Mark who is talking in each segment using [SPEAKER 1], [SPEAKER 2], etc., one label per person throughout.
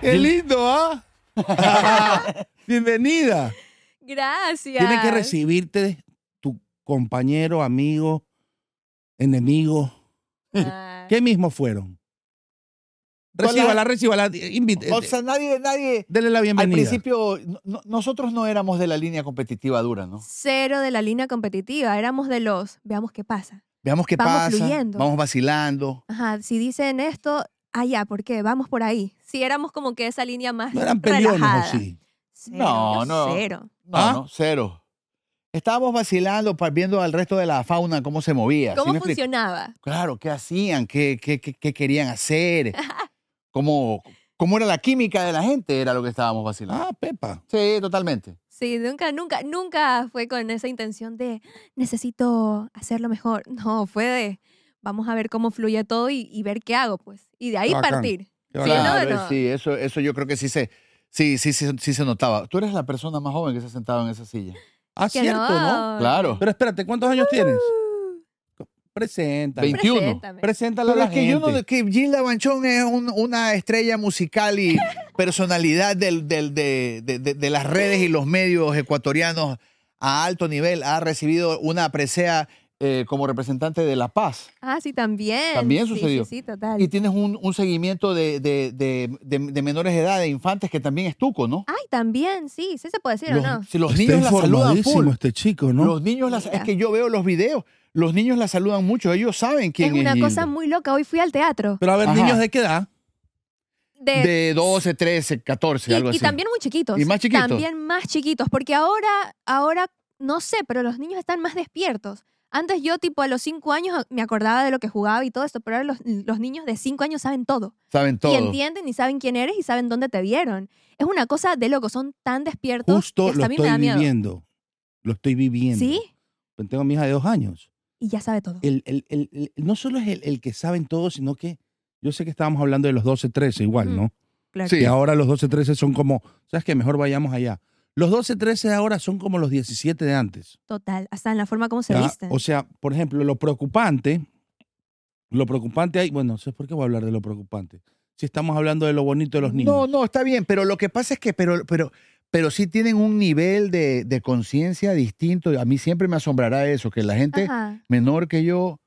[SPEAKER 1] Qué lindo, ¿ah? Bienvenida.
[SPEAKER 2] Gracias.
[SPEAKER 1] Tiene que recibirte tu compañero, amigo, enemigo.
[SPEAKER 2] Ay.
[SPEAKER 1] ¿Qué mismos fueron?
[SPEAKER 3] Hola.
[SPEAKER 1] Recíbala, recíbala. invite-
[SPEAKER 3] O sea, nadie, nadie.
[SPEAKER 1] Denle la
[SPEAKER 3] Al
[SPEAKER 1] Eh, bienvenida.
[SPEAKER 3] principio, no- no- nosotros no éramos de la línea competitiva dura, ¿no?
[SPEAKER 2] Cero de la línea competitiva. Éramos de los, veamos qué pasa.
[SPEAKER 3] Veamos qué
[SPEAKER 2] Vamos
[SPEAKER 3] pasa.
[SPEAKER 2] fluyendo.
[SPEAKER 3] Vamos vacilando.
[SPEAKER 2] Ajá, si dicen esto, allá, ¿por qué? Vamos por ahí. Si éramos como que esa línea más
[SPEAKER 1] no eran peleones,
[SPEAKER 2] relajada.
[SPEAKER 1] ¿o sí?
[SPEAKER 2] Cero,
[SPEAKER 3] No,
[SPEAKER 2] yo
[SPEAKER 3] no.
[SPEAKER 2] Cero.
[SPEAKER 3] No,
[SPEAKER 1] ¿Ah?
[SPEAKER 3] no, cero. Estábamos vacilando, pa- viendo al resto de la fauna cómo se movía. ¿sí
[SPEAKER 2] ¿Cómo
[SPEAKER 3] me explico?
[SPEAKER 2] funcionaba?
[SPEAKER 3] Claro, ¿qué hacían? ¿Qué, qué, qué- qué querían hacer? ¿Cómo, ¿Cómo era la química de la gente? Era lo que estábamos vacilando.
[SPEAKER 1] Ah, Pepa.
[SPEAKER 3] Sí, totalmente.
[SPEAKER 2] Sí, nunca, nunca, nunca fue con esa intención de necesito hacerlo mejor. No, fue de vamos a ver cómo fluye todo y, y ver qué hago, pues. Y de ahí
[SPEAKER 1] Bacán.
[SPEAKER 2] partir.
[SPEAKER 1] Qué
[SPEAKER 2] Sí,
[SPEAKER 1] bacán.
[SPEAKER 2] no,
[SPEAKER 3] Claro, eh,
[SPEAKER 2] no.
[SPEAKER 3] sí, eso, eso yo creo que sí se, sí, sí, sí, sí se notaba. Tú eres la persona más joven que se ha sentado en esa silla.
[SPEAKER 1] Ah,
[SPEAKER 2] Que
[SPEAKER 1] cierto, ¿no?
[SPEAKER 3] Claro.
[SPEAKER 1] Pero espérate, ¿cuántos años tienes?
[SPEAKER 2] Uh,
[SPEAKER 1] Preséntala.
[SPEAKER 3] 20. 21.
[SPEAKER 2] preséntame.
[SPEAKER 1] Preséntala a
[SPEAKER 3] Pero
[SPEAKER 1] la
[SPEAKER 3] es que yo no,
[SPEAKER 1] gente.
[SPEAKER 3] que Gilda Banchón es un- una estrella musical y personalidad del- del- de, de- de- de las redes y los medios ecuatorianos a alto nivel. Ha recibido una presea eh, como representante de La Paz.
[SPEAKER 2] Ah, sí, también.
[SPEAKER 3] También
[SPEAKER 2] Sí,
[SPEAKER 3] sucedió.
[SPEAKER 2] Sí, sí, total.
[SPEAKER 3] Y tienes un, un seguimiento de, de- de- de- de menores de edad, de infantes, que también es tuco, ¿no?
[SPEAKER 2] Ay, también, sí, sí se puede decir
[SPEAKER 3] los,
[SPEAKER 2] o Ah, no.
[SPEAKER 3] si los
[SPEAKER 1] Está
[SPEAKER 3] niños la saludan
[SPEAKER 1] informadísimo
[SPEAKER 3] full.
[SPEAKER 1] este chico, ¿no?
[SPEAKER 3] Los niños la-
[SPEAKER 2] Mira.
[SPEAKER 3] Es que yo veo los videos. Los niños la saludan mucho. Ellos saben
[SPEAKER 2] Es
[SPEAKER 3] quién es.
[SPEAKER 2] una
[SPEAKER 3] Gilda.
[SPEAKER 2] cosa muy loca. Hoy fui al teatro.
[SPEAKER 1] Pero a ver,
[SPEAKER 3] Ajá.
[SPEAKER 1] niños de qué edad?
[SPEAKER 2] De,
[SPEAKER 3] De 12, 13, 14,
[SPEAKER 2] y,
[SPEAKER 3] algo
[SPEAKER 2] y
[SPEAKER 3] así.
[SPEAKER 2] también muy chiquitos.
[SPEAKER 3] Y más chiquitos.
[SPEAKER 2] También más chiquitos. Porque ahora, ahora, no sé, pero los niños están más despiertos. Antes yo, tipo, a los cinco años ah, me acordaba de lo que jugaba y todo esto, pero ahora los, los niños de cinco años saben todo.
[SPEAKER 3] Saben todo.
[SPEAKER 2] Y entienden y saben quién eres y saben dónde te vieron. Es una cosa de loco, son tan despiertos que
[SPEAKER 1] Justo
[SPEAKER 2] hasta
[SPEAKER 1] lo
[SPEAKER 2] a mí me
[SPEAKER 1] estoy
[SPEAKER 2] da miedo.
[SPEAKER 1] viviendo. Lo estoy viviendo.
[SPEAKER 2] ¿Sí?
[SPEAKER 1] Pues Tengo a mi hija de dos años.
[SPEAKER 2] Y ya sabe
[SPEAKER 3] Eh,
[SPEAKER 2] todo.
[SPEAKER 1] El, el- el- el- no solo es el, el que saben todo, sino que yo sé que estábamos hablando de los 12, 13 igual,
[SPEAKER 2] Ujú.
[SPEAKER 1] ¿no?
[SPEAKER 2] Claro.
[SPEAKER 3] Sí.
[SPEAKER 1] Y ahora los 12, 13 son como, ¿sabes qué? Mejor vayamos allá. Los 12, 13 ahora son como los 17 de antes.
[SPEAKER 2] Total. Hasta en la forma como se
[SPEAKER 1] ¿ya?
[SPEAKER 2] visten.
[SPEAKER 1] O sea, por ejemplo, lo preocupante, lo preocupante hay, bueno, no sé por qué voy a hablar de lo preocupante. Si estamos hablando de lo bonito de los niños.
[SPEAKER 3] No, no, está bien, pero lo que pasa es que, pero, pero, pero sí tienen un nivel de, de conciencia distinto. A mí siempre me asombrará eso, que la gente
[SPEAKER 2] Ajá.
[SPEAKER 3] menor que yo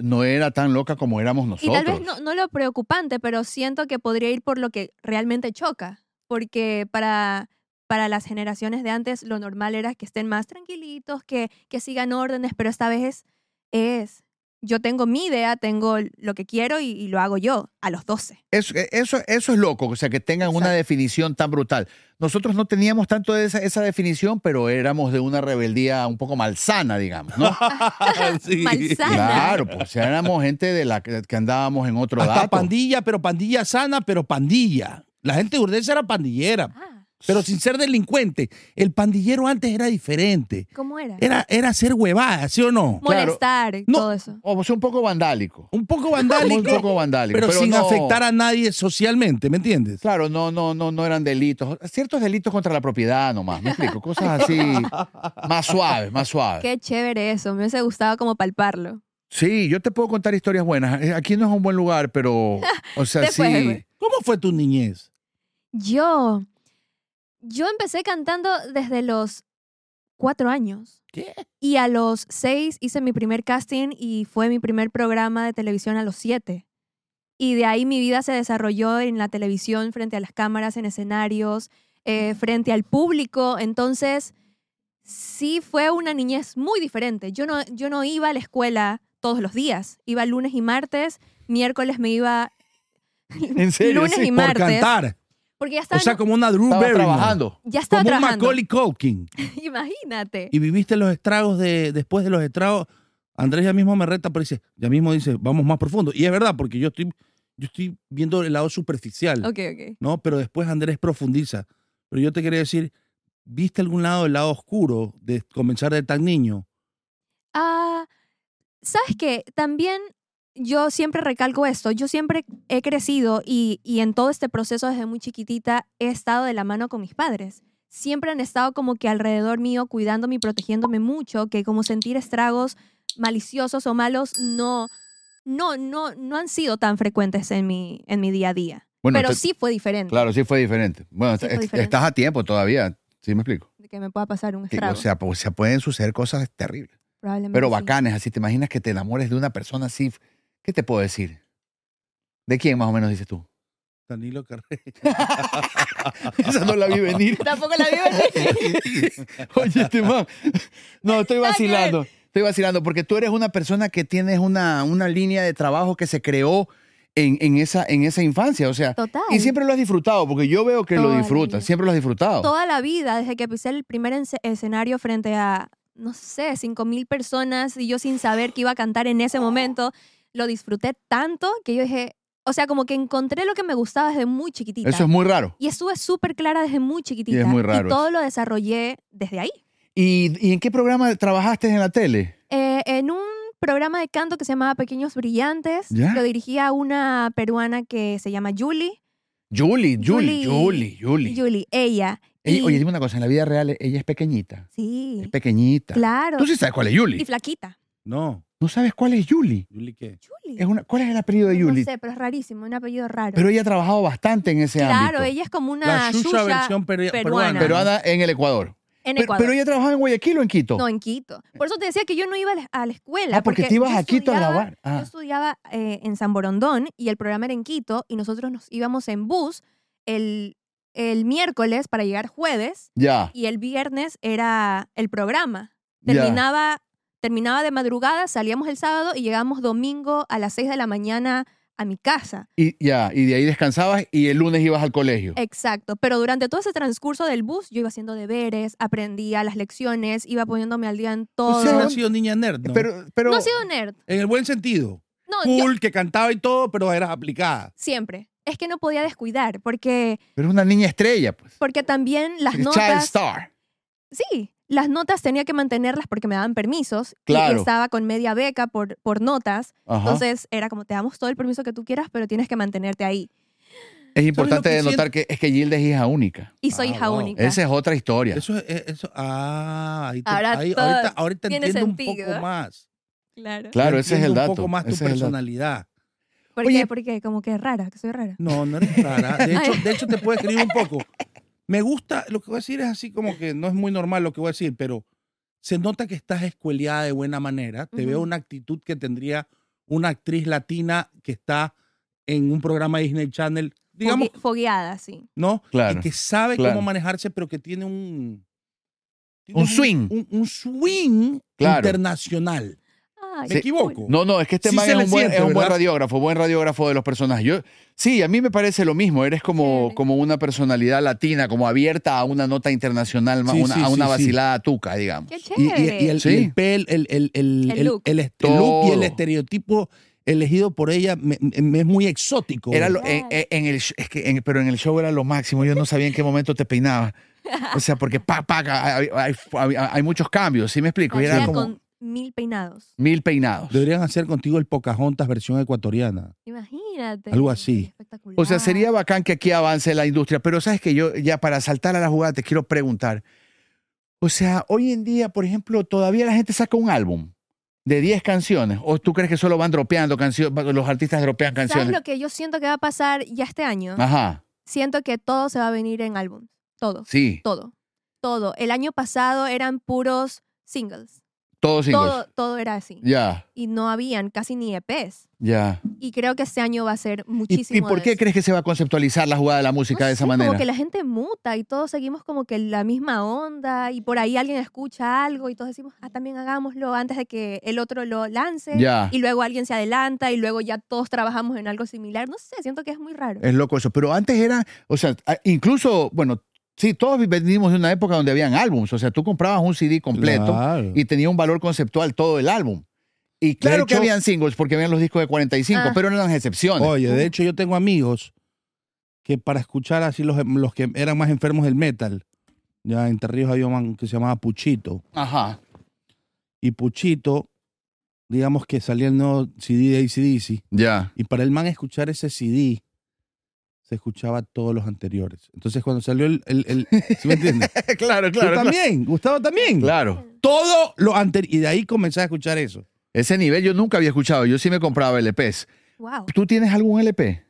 [SPEAKER 3] no era tan loca como éramos
[SPEAKER 2] Y
[SPEAKER 3] nosotros.
[SPEAKER 2] tal vez no, no lo preocupante, pero siento que podría ir por lo que realmente choca. Porque para, para las generaciones de antes lo normal era que estén más tranquilitos, que, que sigan órdenes, pero esta vez es, es, yo tengo mi idea, tengo lo que quiero y, y lo hago yo a los 12.
[SPEAKER 3] Eso, e, eso, eso es loco, o sea, que tengan una
[SPEAKER 2] Exacto.
[SPEAKER 3] definición tan brutal. Nosotros no teníamos tanto de esa, esa definición, pero éramos de una rebeldía un poco malsana, digamos, ¿no?
[SPEAKER 1] Sí.
[SPEAKER 2] Malsana.
[SPEAKER 3] claro, pues o sea, éramos gente de la que que andábamos en otro
[SPEAKER 1] Hasta
[SPEAKER 3] dato.
[SPEAKER 1] pandilla, pero pandilla sana, pero pandilla. La gente urdense era pandillera,
[SPEAKER 2] Ah,
[SPEAKER 1] pero sin ser delincuente. El pandillero antes era diferente.
[SPEAKER 2] ¿Cómo era?
[SPEAKER 1] Era, era ser huevada, ¿sí o no?
[SPEAKER 3] claro.
[SPEAKER 2] Molestar y
[SPEAKER 1] No.
[SPEAKER 2] todo eso.
[SPEAKER 3] O sea, un poco vandálico.
[SPEAKER 1] Un poco
[SPEAKER 3] Un
[SPEAKER 1] vandálico,
[SPEAKER 3] poco vandálico.
[SPEAKER 1] pero, sin
[SPEAKER 3] no-
[SPEAKER 1] afectar a nadie socialmente, ¿me entiendes?
[SPEAKER 3] Claro, no, no, no, no eran delitos. Ciertos delitos contra la propiedad nomás, me explico. Cosas así más suaves, más suaves.
[SPEAKER 2] Qué chévere eso, me hubiese gustado como palparlo.
[SPEAKER 3] Sí, yo te puedo contar historias buenas. Eh, Aquí no es un buen lugar, pero, o sea,
[SPEAKER 2] Después,
[SPEAKER 3] sí.
[SPEAKER 2] después.
[SPEAKER 1] ¿Cómo fue tu niñez?
[SPEAKER 2] Yo, yo empecé cantando desde los cuatro años.
[SPEAKER 1] ¿Qué?
[SPEAKER 2] Y a los seis hice mi primer casting y fue mi primer programa de televisión a los siete. Y de ahí mi vida se desarrolló en la televisión, frente a las cámaras, en escenarios,
[SPEAKER 3] Mm.
[SPEAKER 2] eh, frente al público. Entonces, sí fue una niñez muy diferente. Yo no, yo no iba a la escuela todos los días. Iba lunes y martes, miércoles me iba
[SPEAKER 3] En serio,
[SPEAKER 2] lunes
[SPEAKER 3] sí.
[SPEAKER 2] y
[SPEAKER 1] Por
[SPEAKER 2] martes.
[SPEAKER 1] cantar.
[SPEAKER 2] Porque ya estaba,
[SPEAKER 1] O sea, como una Drew
[SPEAKER 3] Estaba
[SPEAKER 1] Barrymore.
[SPEAKER 3] trabajando.
[SPEAKER 2] ya estaba
[SPEAKER 1] Como un
[SPEAKER 2] trabajando.
[SPEAKER 1] Macaulay Culkin.
[SPEAKER 2] Imagínate.
[SPEAKER 1] Y viviste los estragos de, después de los estragos. Andrés ya mismo me reta, pero dice, ya mismo dice, vamos más profundo. Y es verdad, porque yo estoy, yo estoy viendo el lado superficial.
[SPEAKER 2] Ok, ok.
[SPEAKER 1] ¿no? Pero después Andrés profundiza. Pero yo te quería decir, ¿viste algún lado el lado oscuro de comenzar de tan niño?
[SPEAKER 2] Ah, ¿sabes qué? También yo siempre recalco esto. Yo siempre he crecido y, y en todo este proceso desde muy chiquitita he estado de la mano con mis padres. Siempre han estado como que alrededor mío, cuidándome y protegiéndome mucho, que como sentir estragos maliciosos o malos no, no, no, no han sido tan frecuentes en mi, en mi día a día.
[SPEAKER 3] Bueno,
[SPEAKER 2] pero
[SPEAKER 3] te-
[SPEAKER 2] sí fue diferente.
[SPEAKER 3] Claro, sí fue diferente. Bueno, est-
[SPEAKER 2] Sí fue
[SPEAKER 3] est-
[SPEAKER 2] diferente.
[SPEAKER 3] estás a tiempo todavía, ¿sí me explico?
[SPEAKER 2] de que me pueda pasar un
[SPEAKER 3] Que,
[SPEAKER 2] estrago.
[SPEAKER 3] o, sea, po- o sea, pueden suceder cosas terribles,
[SPEAKER 2] probablemente
[SPEAKER 3] pero
[SPEAKER 2] Mm, sí.
[SPEAKER 3] bacanes, así. ¿Te imaginas que te enamores de una persona así? ¿Qué te puedo decir? ¿De quién más o menos dices tú?
[SPEAKER 1] Danilo Carrera.
[SPEAKER 3] Esa no la vi venir.
[SPEAKER 2] Tampoco la vi venir.
[SPEAKER 3] Oye, este man. No, estoy
[SPEAKER 2] Nada que ver.
[SPEAKER 3] vacilando. Estoy vacilando porque tú eres una persona que tienes una, una línea de trabajo que se creó en, en esa, en esa infancia. O sea,
[SPEAKER 2] Total.
[SPEAKER 3] y siempre lo has disfrutado porque yo veo que lo
[SPEAKER 2] Toda la
[SPEAKER 3] disfrutas.
[SPEAKER 2] vida.
[SPEAKER 3] Siempre lo has disfrutado.
[SPEAKER 2] Toda la vida, desde que pisé el primer ence- escenario frente a, no sé, 5.000 personas y yo sin saber que iba a cantar en ese momento, lo disfruté tanto que yo dije, o sea, como que encontré lo que me gustaba desde muy chiquitita.
[SPEAKER 3] Eso es muy raro.
[SPEAKER 2] y estuve súper clara desde muy chiquitita.
[SPEAKER 3] muy raro
[SPEAKER 2] todo
[SPEAKER 3] eso.
[SPEAKER 2] lo desarrollé desde ahí.
[SPEAKER 3] ¿Y, y en qué programa trabajaste en la tele?
[SPEAKER 2] Eh, en un programa de canto que se llamaba Pequeños Brillantes,
[SPEAKER 3] Ya.
[SPEAKER 2] lo dirigía una peruana que se llama Julie.
[SPEAKER 3] Julie, Julie, Julie,
[SPEAKER 2] Julie.
[SPEAKER 3] Julie.
[SPEAKER 2] Julie, ella.
[SPEAKER 3] Ella-
[SPEAKER 2] Y-
[SPEAKER 3] Oye, dime una cosa, en la vida real ella es pequeñita.
[SPEAKER 2] Sí,
[SPEAKER 3] Es pequeñita.
[SPEAKER 2] claro.
[SPEAKER 3] Tú sí sabes cuál es
[SPEAKER 2] Y
[SPEAKER 3] Julie.
[SPEAKER 2] flaquita.
[SPEAKER 1] No,
[SPEAKER 3] No sabes cuál es Julie.
[SPEAKER 1] Yuli, ¿qué?
[SPEAKER 2] Julie.
[SPEAKER 3] Es una, ¿Cuál es el apellido de
[SPEAKER 2] No
[SPEAKER 3] Julie?
[SPEAKER 2] sé, pero es rarísimo, un apellido raro.
[SPEAKER 3] Pero ella ha trabajado bastante en ese ámbito.
[SPEAKER 2] claro, ella es como una
[SPEAKER 1] la Xuxa
[SPEAKER 2] Xuxa
[SPEAKER 1] versión peri- peruana.
[SPEAKER 2] peruana.
[SPEAKER 3] Pero anda en el Ecuador.
[SPEAKER 2] en
[SPEAKER 3] Pero-
[SPEAKER 2] Ecuador.
[SPEAKER 3] Pero ella trabajaba en Guayaquil o en Quito.
[SPEAKER 2] No, en Quito. Por eso te decía que yo no iba a la- a la escuela.
[SPEAKER 3] Ah, porque te ibas
[SPEAKER 2] yo
[SPEAKER 3] a Quito a
[SPEAKER 2] estudiaba-
[SPEAKER 3] grabar. Ah.
[SPEAKER 2] Yo estudiaba eh, en San Borondón y el programa era en Quito y nosotros nos íbamos en bus el, el miércoles para llegar jueves
[SPEAKER 3] Ya.
[SPEAKER 2] y el viernes era el programa.
[SPEAKER 3] ya.
[SPEAKER 2] Terminaba, terminaba de madrugada, salíamos el sábado y llegábamos domingo a las 6 de la mañana a mi casa.
[SPEAKER 3] Y, ya. Y de ahí descansabas y el lunes ibas al colegio.
[SPEAKER 2] Eh, Exacto, pero durante todo ese transcurso del bus yo iba haciendo deberes, aprendía las lecciones, iba poniéndome al día en todo.
[SPEAKER 1] Usted no ha
[SPEAKER 3] Pero-
[SPEAKER 1] sido niña nerd, ¿no?
[SPEAKER 3] Eh, Pero, pero,
[SPEAKER 2] no he sido nerd.
[SPEAKER 1] en el buen sentido.
[SPEAKER 2] No, yo-
[SPEAKER 1] Cool, que cantaba y todo, pero eras aplicada.
[SPEAKER 2] siempre. Es que no podía descuidar porque,
[SPEAKER 3] pero es una niña estrella, pues.
[SPEAKER 2] porque también las
[SPEAKER 3] Child
[SPEAKER 2] notas...
[SPEAKER 3] star.
[SPEAKER 2] Sí, las notas tenía que mantenerlas porque me daban permisos. y
[SPEAKER 3] Claro.
[SPEAKER 2] estaba con media beca por, por notas.
[SPEAKER 3] Ajá.
[SPEAKER 2] Entonces era como, te damos todo el permiso que tú quieras, pero tienes que mantenerte ahí.
[SPEAKER 3] es importante
[SPEAKER 1] ¿Sabes lo que
[SPEAKER 3] denotar que es que Gilda es hija única.
[SPEAKER 2] Y soy
[SPEAKER 1] Ah,
[SPEAKER 2] hija
[SPEAKER 1] wow.
[SPEAKER 2] única.
[SPEAKER 3] Esa es otra historia.
[SPEAKER 1] Eso es, es- eso, ah, ahí te-
[SPEAKER 2] Ahora
[SPEAKER 1] ahí-
[SPEAKER 2] todo
[SPEAKER 1] ahorita, ahorita
[SPEAKER 2] tiene
[SPEAKER 1] entiendo un
[SPEAKER 2] sentido.
[SPEAKER 1] poco más.
[SPEAKER 2] Claro.
[SPEAKER 3] claro,
[SPEAKER 1] Ya
[SPEAKER 3] ese es el
[SPEAKER 1] entiendo
[SPEAKER 3] dato.
[SPEAKER 1] Un poco más tu
[SPEAKER 3] ese es el dato.
[SPEAKER 1] personalidad.
[SPEAKER 2] ¿Por
[SPEAKER 3] Oye.
[SPEAKER 2] qué? Porque como que es rara, que soy rara.
[SPEAKER 1] No, no eres rara. De hecho,
[SPEAKER 2] Ay.
[SPEAKER 1] de hecho, te puedo escribir un poco. Me gusta, lo que voy a decir es así como que no es muy normal lo que voy a decir, pero se nota que estás escueleada de buena manera. Te veo
[SPEAKER 2] Ujú.
[SPEAKER 1] una actitud que tendría una actriz latina que está en un programa de Disney Channel, digamos,
[SPEAKER 2] Fogue- fogueada, sí.
[SPEAKER 1] ¿no?
[SPEAKER 3] Claro.
[SPEAKER 1] Y que sabe
[SPEAKER 3] claro.
[SPEAKER 1] cómo manejarse, pero que tiene un...
[SPEAKER 3] Un swing.
[SPEAKER 1] Un, un swing
[SPEAKER 3] Claro.
[SPEAKER 1] internacional.
[SPEAKER 2] Ay,
[SPEAKER 1] ¿Me
[SPEAKER 2] qué
[SPEAKER 1] equivoco?
[SPEAKER 2] cool.
[SPEAKER 3] No, no, es que este
[SPEAKER 1] Sí
[SPEAKER 3] man
[SPEAKER 1] se
[SPEAKER 3] es
[SPEAKER 1] le
[SPEAKER 3] un, buen,
[SPEAKER 1] siente,
[SPEAKER 3] es un buen
[SPEAKER 1] ¿verdad?
[SPEAKER 3] radiógrafo, buen radiógrafo de los personajes. Yo, sí, a mí me parece lo mismo. Eres como,
[SPEAKER 2] Chévere.
[SPEAKER 3] como una personalidad latina, como abierta a una nota internacional, más
[SPEAKER 1] Sí,
[SPEAKER 3] una-
[SPEAKER 1] sí,
[SPEAKER 3] a una
[SPEAKER 1] sí, sí.
[SPEAKER 3] vacilada tuca, digamos.
[SPEAKER 2] Qué
[SPEAKER 1] Y, y-
[SPEAKER 2] chévere.
[SPEAKER 1] y el,
[SPEAKER 3] Sí.
[SPEAKER 1] y el pel- el, el- el-
[SPEAKER 2] El
[SPEAKER 1] el-
[SPEAKER 2] look.
[SPEAKER 1] el este- look y
[SPEAKER 3] Todo.
[SPEAKER 1] el estereotipo elegido por ella me, me es muy exótico.
[SPEAKER 3] Era lo- en,
[SPEAKER 2] Claro.
[SPEAKER 3] en- en el, sh- es que en- pero en el show era lo máximo. Yo no sabía en qué momento te peinabas. O sea, porque pa, pa, ca- hay, hay- hay- hay muchos cambios, ¿sí me explico? Y
[SPEAKER 2] Nacida
[SPEAKER 3] era como
[SPEAKER 2] con mil peinados.
[SPEAKER 3] mil peinados.
[SPEAKER 1] Deberían hacer contigo el Pocahontas versión ecuatoriana.
[SPEAKER 2] Imagínate.
[SPEAKER 1] Algo así.
[SPEAKER 2] Espectacular.
[SPEAKER 3] O sea, sería bacán que aquí avance la industria, pero sabes que yo ya para saltar a la jugada te quiero preguntar. O sea, hoy en día, por ejemplo, todavía la gente saca un álbum de 10 canciones, o tú crees que solo van dropeando canciones, los artistas dropean
[SPEAKER 2] ¿Sabes
[SPEAKER 3] canciones. Ah.
[SPEAKER 2] lo que yo siento que va a pasar ya este año?
[SPEAKER 3] Ajá,
[SPEAKER 2] Siento que todo se va a venir en álbum. Todo.
[SPEAKER 3] sí,
[SPEAKER 2] Todo. Todo. El año pasado eran puros singles.
[SPEAKER 3] todos singles.
[SPEAKER 2] Todo, todo era así.
[SPEAKER 3] Ya,
[SPEAKER 2] Y no habían casi ni EPs.
[SPEAKER 3] ya.
[SPEAKER 2] Y creo que este año va a ser
[SPEAKER 3] ¿Y-
[SPEAKER 2] muchísimo.
[SPEAKER 3] ¿Y, por
[SPEAKER 2] de
[SPEAKER 3] qué
[SPEAKER 2] eso.
[SPEAKER 3] crees que se va a conceptualizar la jugada de la música
[SPEAKER 2] No
[SPEAKER 3] de esa
[SPEAKER 2] sé,
[SPEAKER 3] manera?
[SPEAKER 2] Como que la gente muta y todos seguimos como que la misma onda y por ahí alguien escucha algo y todos decimos, ah, también hagámoslo antes de que el otro lo lance.
[SPEAKER 3] Ya.
[SPEAKER 2] Y luego alguien se adelanta y luego ya todos trabajamos en algo similar. No sé, siento que es muy raro.
[SPEAKER 3] Es loco eso. Pero antes era, o sea, a- incluso, bueno, sí, todos venimos de una época donde habían álbums. O sea, tú comprabas un CD completo.
[SPEAKER 1] Claro.
[SPEAKER 3] y tenía un valor conceptual todo el álbum. Y claro que
[SPEAKER 1] hecho-
[SPEAKER 3] habían singles porque habían los discos de 45,
[SPEAKER 2] Ah.
[SPEAKER 3] pero eran las excepciones.
[SPEAKER 1] Oye, de hecho yo tengo amigos que para escuchar así los, los que eran más enfermos del metal, ya en Entre Ríos había un man que se llamaba Puchito.
[SPEAKER 3] Ajá.
[SPEAKER 1] Y Puchito, digamos que salía el nuevo CD de ACDC.
[SPEAKER 3] Ya.
[SPEAKER 1] Y para el man escuchar ese CD, se escuchaba todos los anteriores. Entonces, cuando salió el. el, el- ¿sí me entiendes?
[SPEAKER 3] claro,
[SPEAKER 1] Yo también, Gustavo también.
[SPEAKER 3] Claro.
[SPEAKER 1] Todo lo anterior. Y de ahí comencé a escuchar eso.
[SPEAKER 3] Ese nivel yo nunca había escuchado. Yo sí me compraba LPs.
[SPEAKER 2] Wow.
[SPEAKER 3] ¿Tú tienes algún LP?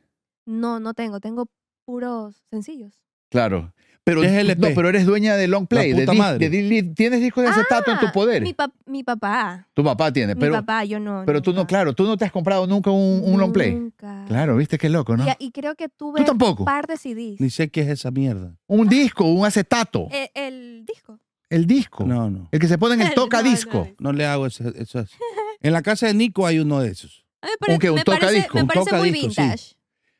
[SPEAKER 2] No, no tengo. Tengo puros sencillos.
[SPEAKER 3] Claro. Pero,
[SPEAKER 1] Es LP.
[SPEAKER 3] no, pero eres dueña de Long Play.
[SPEAKER 1] La
[SPEAKER 3] de
[SPEAKER 1] puta
[SPEAKER 3] dis-
[SPEAKER 1] madre.
[SPEAKER 3] de dis- ¿Tienes discos de acetato en tu
[SPEAKER 2] Ah,
[SPEAKER 3] poder?
[SPEAKER 2] Mi, pap- mi papá.
[SPEAKER 3] Tu papá tiene,
[SPEAKER 2] mi
[SPEAKER 3] pero,
[SPEAKER 2] papá, Mm. yo no.
[SPEAKER 3] pero tú no,
[SPEAKER 2] nunca.
[SPEAKER 3] claro, tú no te has comprado nunca un, un Long Play.
[SPEAKER 2] Nunca.
[SPEAKER 3] Claro, viste qué loco, ¿no?
[SPEAKER 2] Y, y creo que tuve
[SPEAKER 3] Tú tampoco.
[SPEAKER 2] un par de CDs.
[SPEAKER 1] Ni sé qué es esa mierda.
[SPEAKER 3] Un disco, un acetato.
[SPEAKER 2] Eh, el disco.
[SPEAKER 3] el disco.
[SPEAKER 1] No, no.
[SPEAKER 3] El que se pone en el
[SPEAKER 2] No,
[SPEAKER 3] toca
[SPEAKER 2] no,
[SPEAKER 3] disco.
[SPEAKER 2] no.
[SPEAKER 1] No le hago eso. eso- eso. En la casa de Nico hay uno de esos.
[SPEAKER 2] A mí me pare-
[SPEAKER 3] ¿Un qué? ¿Un
[SPEAKER 2] me parece,
[SPEAKER 3] tocadisco?
[SPEAKER 2] me
[SPEAKER 1] Un
[SPEAKER 2] parece muy
[SPEAKER 1] tocadisco, sí.
[SPEAKER 2] vintage.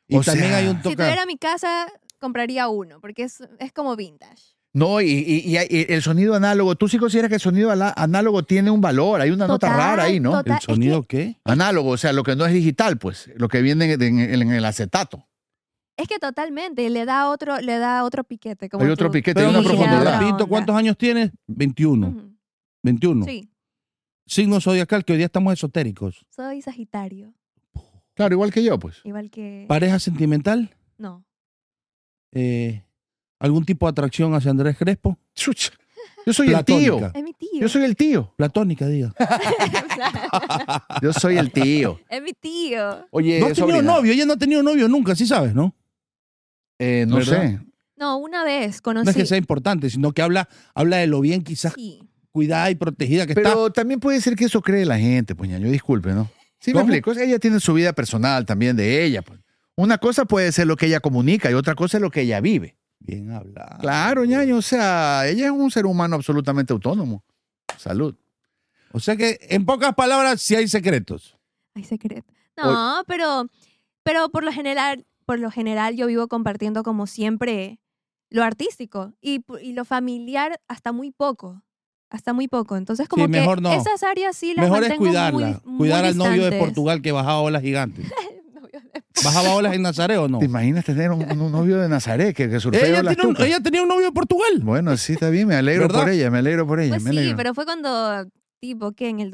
[SPEAKER 1] Y
[SPEAKER 3] O
[SPEAKER 1] también
[SPEAKER 3] sea-
[SPEAKER 1] hay un
[SPEAKER 2] Si
[SPEAKER 1] toca.
[SPEAKER 2] tuviera mi casa, compraría uno, porque es, es como vintage.
[SPEAKER 3] No, y, y- y- y el sonido análogo, tú sí consideras que el sonido ala- análogo tiene un valor, hay una nota
[SPEAKER 2] Total,
[SPEAKER 3] rara ahí, ¿no?
[SPEAKER 2] total.
[SPEAKER 1] ¿El
[SPEAKER 2] Es que-
[SPEAKER 1] sonido qué?
[SPEAKER 3] Análogo, o sea, lo que no es digital, pues, lo que viene en, en- en el acetato.
[SPEAKER 2] Es que totalmente, le da otro, le da otro piquete. Como
[SPEAKER 3] hay
[SPEAKER 2] tú-
[SPEAKER 3] otro piquete,
[SPEAKER 1] Pero
[SPEAKER 3] hay
[SPEAKER 1] una
[SPEAKER 3] una
[SPEAKER 2] Sí, la
[SPEAKER 1] profundidad.
[SPEAKER 2] otra
[SPEAKER 3] profundidad.
[SPEAKER 1] Rapidito,
[SPEAKER 2] onda.
[SPEAKER 1] ¿cuántos años tienes? 21.
[SPEAKER 2] Ujú.
[SPEAKER 1] 21.
[SPEAKER 2] Sí,
[SPEAKER 1] Signo zodiacal, que hoy día estamos esotéricos.
[SPEAKER 2] soy Sagitario,
[SPEAKER 3] Claro, igual que yo, pues.
[SPEAKER 2] igual que...
[SPEAKER 1] Pareja sentimental.
[SPEAKER 2] No,
[SPEAKER 1] eh, ¿Algún tipo de atracción hacia Andrés Crespo?
[SPEAKER 3] Chucha. Yo soy el
[SPEAKER 1] Platónica.
[SPEAKER 3] tío.
[SPEAKER 2] es mi tío.
[SPEAKER 3] Yo soy el tío.
[SPEAKER 1] Platónica, diga.
[SPEAKER 3] Yo soy el tío.
[SPEAKER 2] es mi tío.
[SPEAKER 3] Oye,
[SPEAKER 1] no has tenido
[SPEAKER 3] sobrina,
[SPEAKER 1] novio, ella no ha tenido novio nunca, sí sabes, ¿no?
[SPEAKER 3] eh, no
[SPEAKER 1] ¿Verdad?
[SPEAKER 3] sé.
[SPEAKER 2] No, una vez
[SPEAKER 1] No
[SPEAKER 2] conocí...
[SPEAKER 1] es que sea importante, sino que habla, habla de lo bien quizás
[SPEAKER 2] Sí.
[SPEAKER 1] cuidada y protegida que está.
[SPEAKER 3] Pero también puede ser que eso cree la gente, pues ñaño, disculpe, ¿no? Sí, me
[SPEAKER 1] ¿Cómo?
[SPEAKER 3] explico. Ella tiene su vida personal también de ella. Pues. Una cosa puede ser lo que ella comunica y otra cosa es lo que ella vive.
[SPEAKER 1] Bien hablada.
[SPEAKER 3] Ah, Claro, ñaño, o sea, ella es un ser humano absolutamente autónomo. Salud.
[SPEAKER 1] O sea que, en pocas palabras, sí hay secretos.
[SPEAKER 2] Hay secreto. No, pero, pero por lo general, por lo general yo vivo compartiendo como siempre lo artístico y, pu- y lo familiar hasta muy poco. Hasta muy poco. Entonces, como que
[SPEAKER 1] mejor no.
[SPEAKER 2] esas áreas sí las
[SPEAKER 1] Mejor es
[SPEAKER 2] mantengo muy-
[SPEAKER 1] cuidarla.
[SPEAKER 2] muy
[SPEAKER 1] cuidar al novio de
[SPEAKER 2] distantes.
[SPEAKER 1] Portugal que bajaba olas gigantes.
[SPEAKER 2] El novio de-
[SPEAKER 1] ¿Bajaba olas en Nazaret o no?
[SPEAKER 3] ¿Te imaginas tener un, un novio de Nazaret que, que surfea
[SPEAKER 1] Ella,
[SPEAKER 3] las
[SPEAKER 1] tiene un-
[SPEAKER 3] tucas?
[SPEAKER 1] ella tenía un novio de Portugal.
[SPEAKER 3] Bueno, sí, está bien, me alegro
[SPEAKER 1] ¿Verdad?
[SPEAKER 3] por ella, me alegro por ella.
[SPEAKER 2] Pues
[SPEAKER 3] me
[SPEAKER 2] sí,
[SPEAKER 3] alegro.
[SPEAKER 2] pero fue cuando, tipo, que en el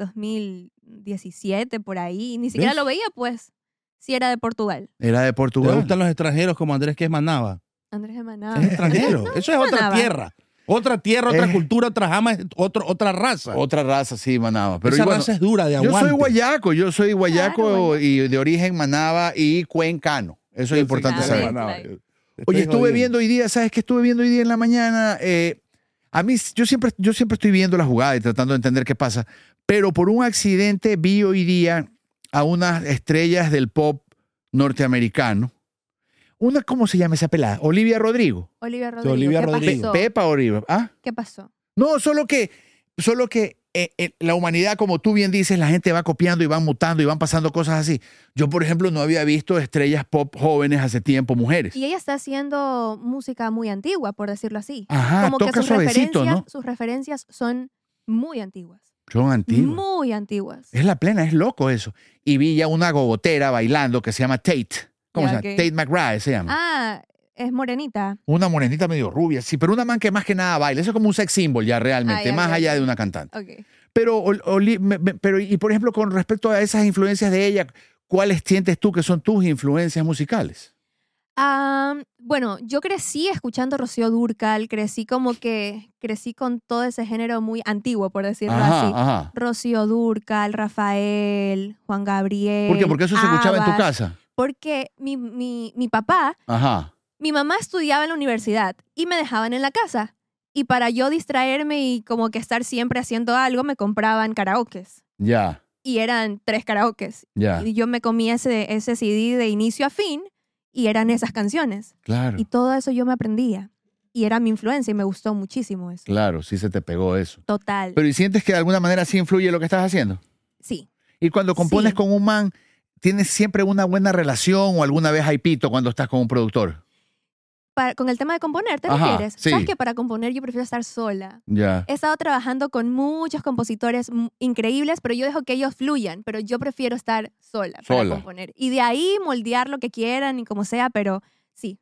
[SPEAKER 2] 2017, por ahí, ni siquiera
[SPEAKER 1] ¿Ves?
[SPEAKER 2] lo veía, pues, si era de Portugal.
[SPEAKER 3] Era de
[SPEAKER 1] ¿Te
[SPEAKER 3] Portugal.
[SPEAKER 1] gustan los extranjeros como Andrés que es Manaba?
[SPEAKER 2] Andrés de Maná.
[SPEAKER 1] Es extranjero. Eso es otra
[SPEAKER 2] Ah. Manaba.
[SPEAKER 1] tierra. Otra tierra, otra
[SPEAKER 3] Eh.
[SPEAKER 1] cultura, otra jama, es otro, otra raza.
[SPEAKER 3] Otra raza, sí, manaba. Pero
[SPEAKER 1] Esa
[SPEAKER 3] igual-
[SPEAKER 1] raza es dura de
[SPEAKER 3] Yo
[SPEAKER 1] aguante.
[SPEAKER 3] soy guayaco, yo soy guayaco
[SPEAKER 2] guayaco.
[SPEAKER 3] y de origen manaba y cuencano. Eso es
[SPEAKER 1] Yo
[SPEAKER 3] importante
[SPEAKER 1] soy
[SPEAKER 3] saber.
[SPEAKER 2] Claro,
[SPEAKER 1] Manaba.
[SPEAKER 2] claro.
[SPEAKER 1] Te estoy
[SPEAKER 3] Oye, estuve
[SPEAKER 1] jodiendo.
[SPEAKER 3] viendo hoy día, ¿sabes qué estuve viendo hoy día en la mañana? Eh, a mí, yo siempre, yo siempre estoy viendo la jugada y tratando de entender qué pasa, pero por un accidente vi hoy día a unas estrellas del pop norteamericano. Una, ¿cómo se llama esa pelada? Olivia Rodrigo.
[SPEAKER 2] Olivia
[SPEAKER 1] Sí,
[SPEAKER 2] Rodrigo.
[SPEAKER 1] Olivia
[SPEAKER 2] ¿qué
[SPEAKER 1] Rodrigo.
[SPEAKER 2] pasó?
[SPEAKER 3] Pepa Olivia. ¿Ah?
[SPEAKER 2] ¿Qué pasó?
[SPEAKER 3] No, solo que, solo que eh, eh, la humanidad, como tú bien dices, la gente va copiando y van mutando y van pasando cosas así. Yo, por ejemplo, no había visto estrellas pop jóvenes hace tiempo, mujeres.
[SPEAKER 2] Y ella está haciendo música muy antigua, por decirlo así.
[SPEAKER 3] Ajá,
[SPEAKER 2] Como que
[SPEAKER 3] Ah, toca
[SPEAKER 2] sus
[SPEAKER 3] suavecito,
[SPEAKER 2] referencias,
[SPEAKER 3] ¿no?
[SPEAKER 2] sus referencias son muy antiguas.
[SPEAKER 3] Son antiguos.
[SPEAKER 2] Muy antiguas.
[SPEAKER 3] Es la plena, es loco eso. Y vi ya una gogotera bailando que se llama Tate. ¿Cómo
[SPEAKER 2] Ya,
[SPEAKER 3] se llama?
[SPEAKER 2] ok.
[SPEAKER 3] Tate McRae se llama.
[SPEAKER 2] Ah, es morenita.
[SPEAKER 3] Una morenita medio rubia, sí, pero una man que más que nada baila. Eso es como un sex symbol ya realmente,
[SPEAKER 2] Ah, ya,
[SPEAKER 3] más
[SPEAKER 2] ya,
[SPEAKER 3] allá
[SPEAKER 2] ya.
[SPEAKER 3] de una cantante.
[SPEAKER 2] Ok.
[SPEAKER 3] Pero, Ol- Oli- me- me- pero, y por ejemplo, con respecto a esas influencias de ella, ¿cuáles sientes tú que son tus influencias musicales?
[SPEAKER 2] Am, bueno, yo crecí escuchando Rocío Durcal, crecí como que crecí con todo ese género muy antiguo, por decirlo así.
[SPEAKER 3] ajá. ah.
[SPEAKER 2] Rocío Durcal, Rafael, Juan Gabriel.
[SPEAKER 3] ¿Por qué? Porque eso se escuchaba en tu
[SPEAKER 2] Eh, Abbas,
[SPEAKER 3] casa.
[SPEAKER 2] Porque mi, mi, mi papá
[SPEAKER 3] Ajá.
[SPEAKER 2] mi mamá estudiaba en la universidad y me dejaban en la casa. Y para yo distraerme y como que estar siempre haciendo algo, me compraban karaokes.
[SPEAKER 3] Ya,
[SPEAKER 2] Y eran tres karaokes.
[SPEAKER 3] ya.
[SPEAKER 2] Y yo me comía ese, ese CD de inicio a fin y eran esas canciones.
[SPEAKER 3] Claro,
[SPEAKER 2] Y todo eso yo me aprendía. Y era mi influencia y me gustó muchísimo eso.
[SPEAKER 3] claro, sí se te pegó eso.
[SPEAKER 2] Total.
[SPEAKER 3] Pero ¿y sientes que de alguna manera sí influye lo que estás haciendo?
[SPEAKER 2] Sí.
[SPEAKER 3] Y cuando compones
[SPEAKER 2] Sí.
[SPEAKER 3] con un man, ¿tienes siempre una buena relación o alguna vez hay pito cuando estás con un productor?
[SPEAKER 2] Pa- con el tema de componer, ¿te
[SPEAKER 3] Ajá,
[SPEAKER 2] refieres?
[SPEAKER 3] sí.
[SPEAKER 2] ¿Sabes que para componer yo prefiero estar sola?
[SPEAKER 3] Ya.
[SPEAKER 2] He estado trabajando con muchos compositores m- increíbles, pero yo dejo que ellos fluyan, pero yo prefiero estar sola,
[SPEAKER 3] Sola.
[SPEAKER 2] para componer. Y de ahí moldear lo que quieran y como sea, pero sí.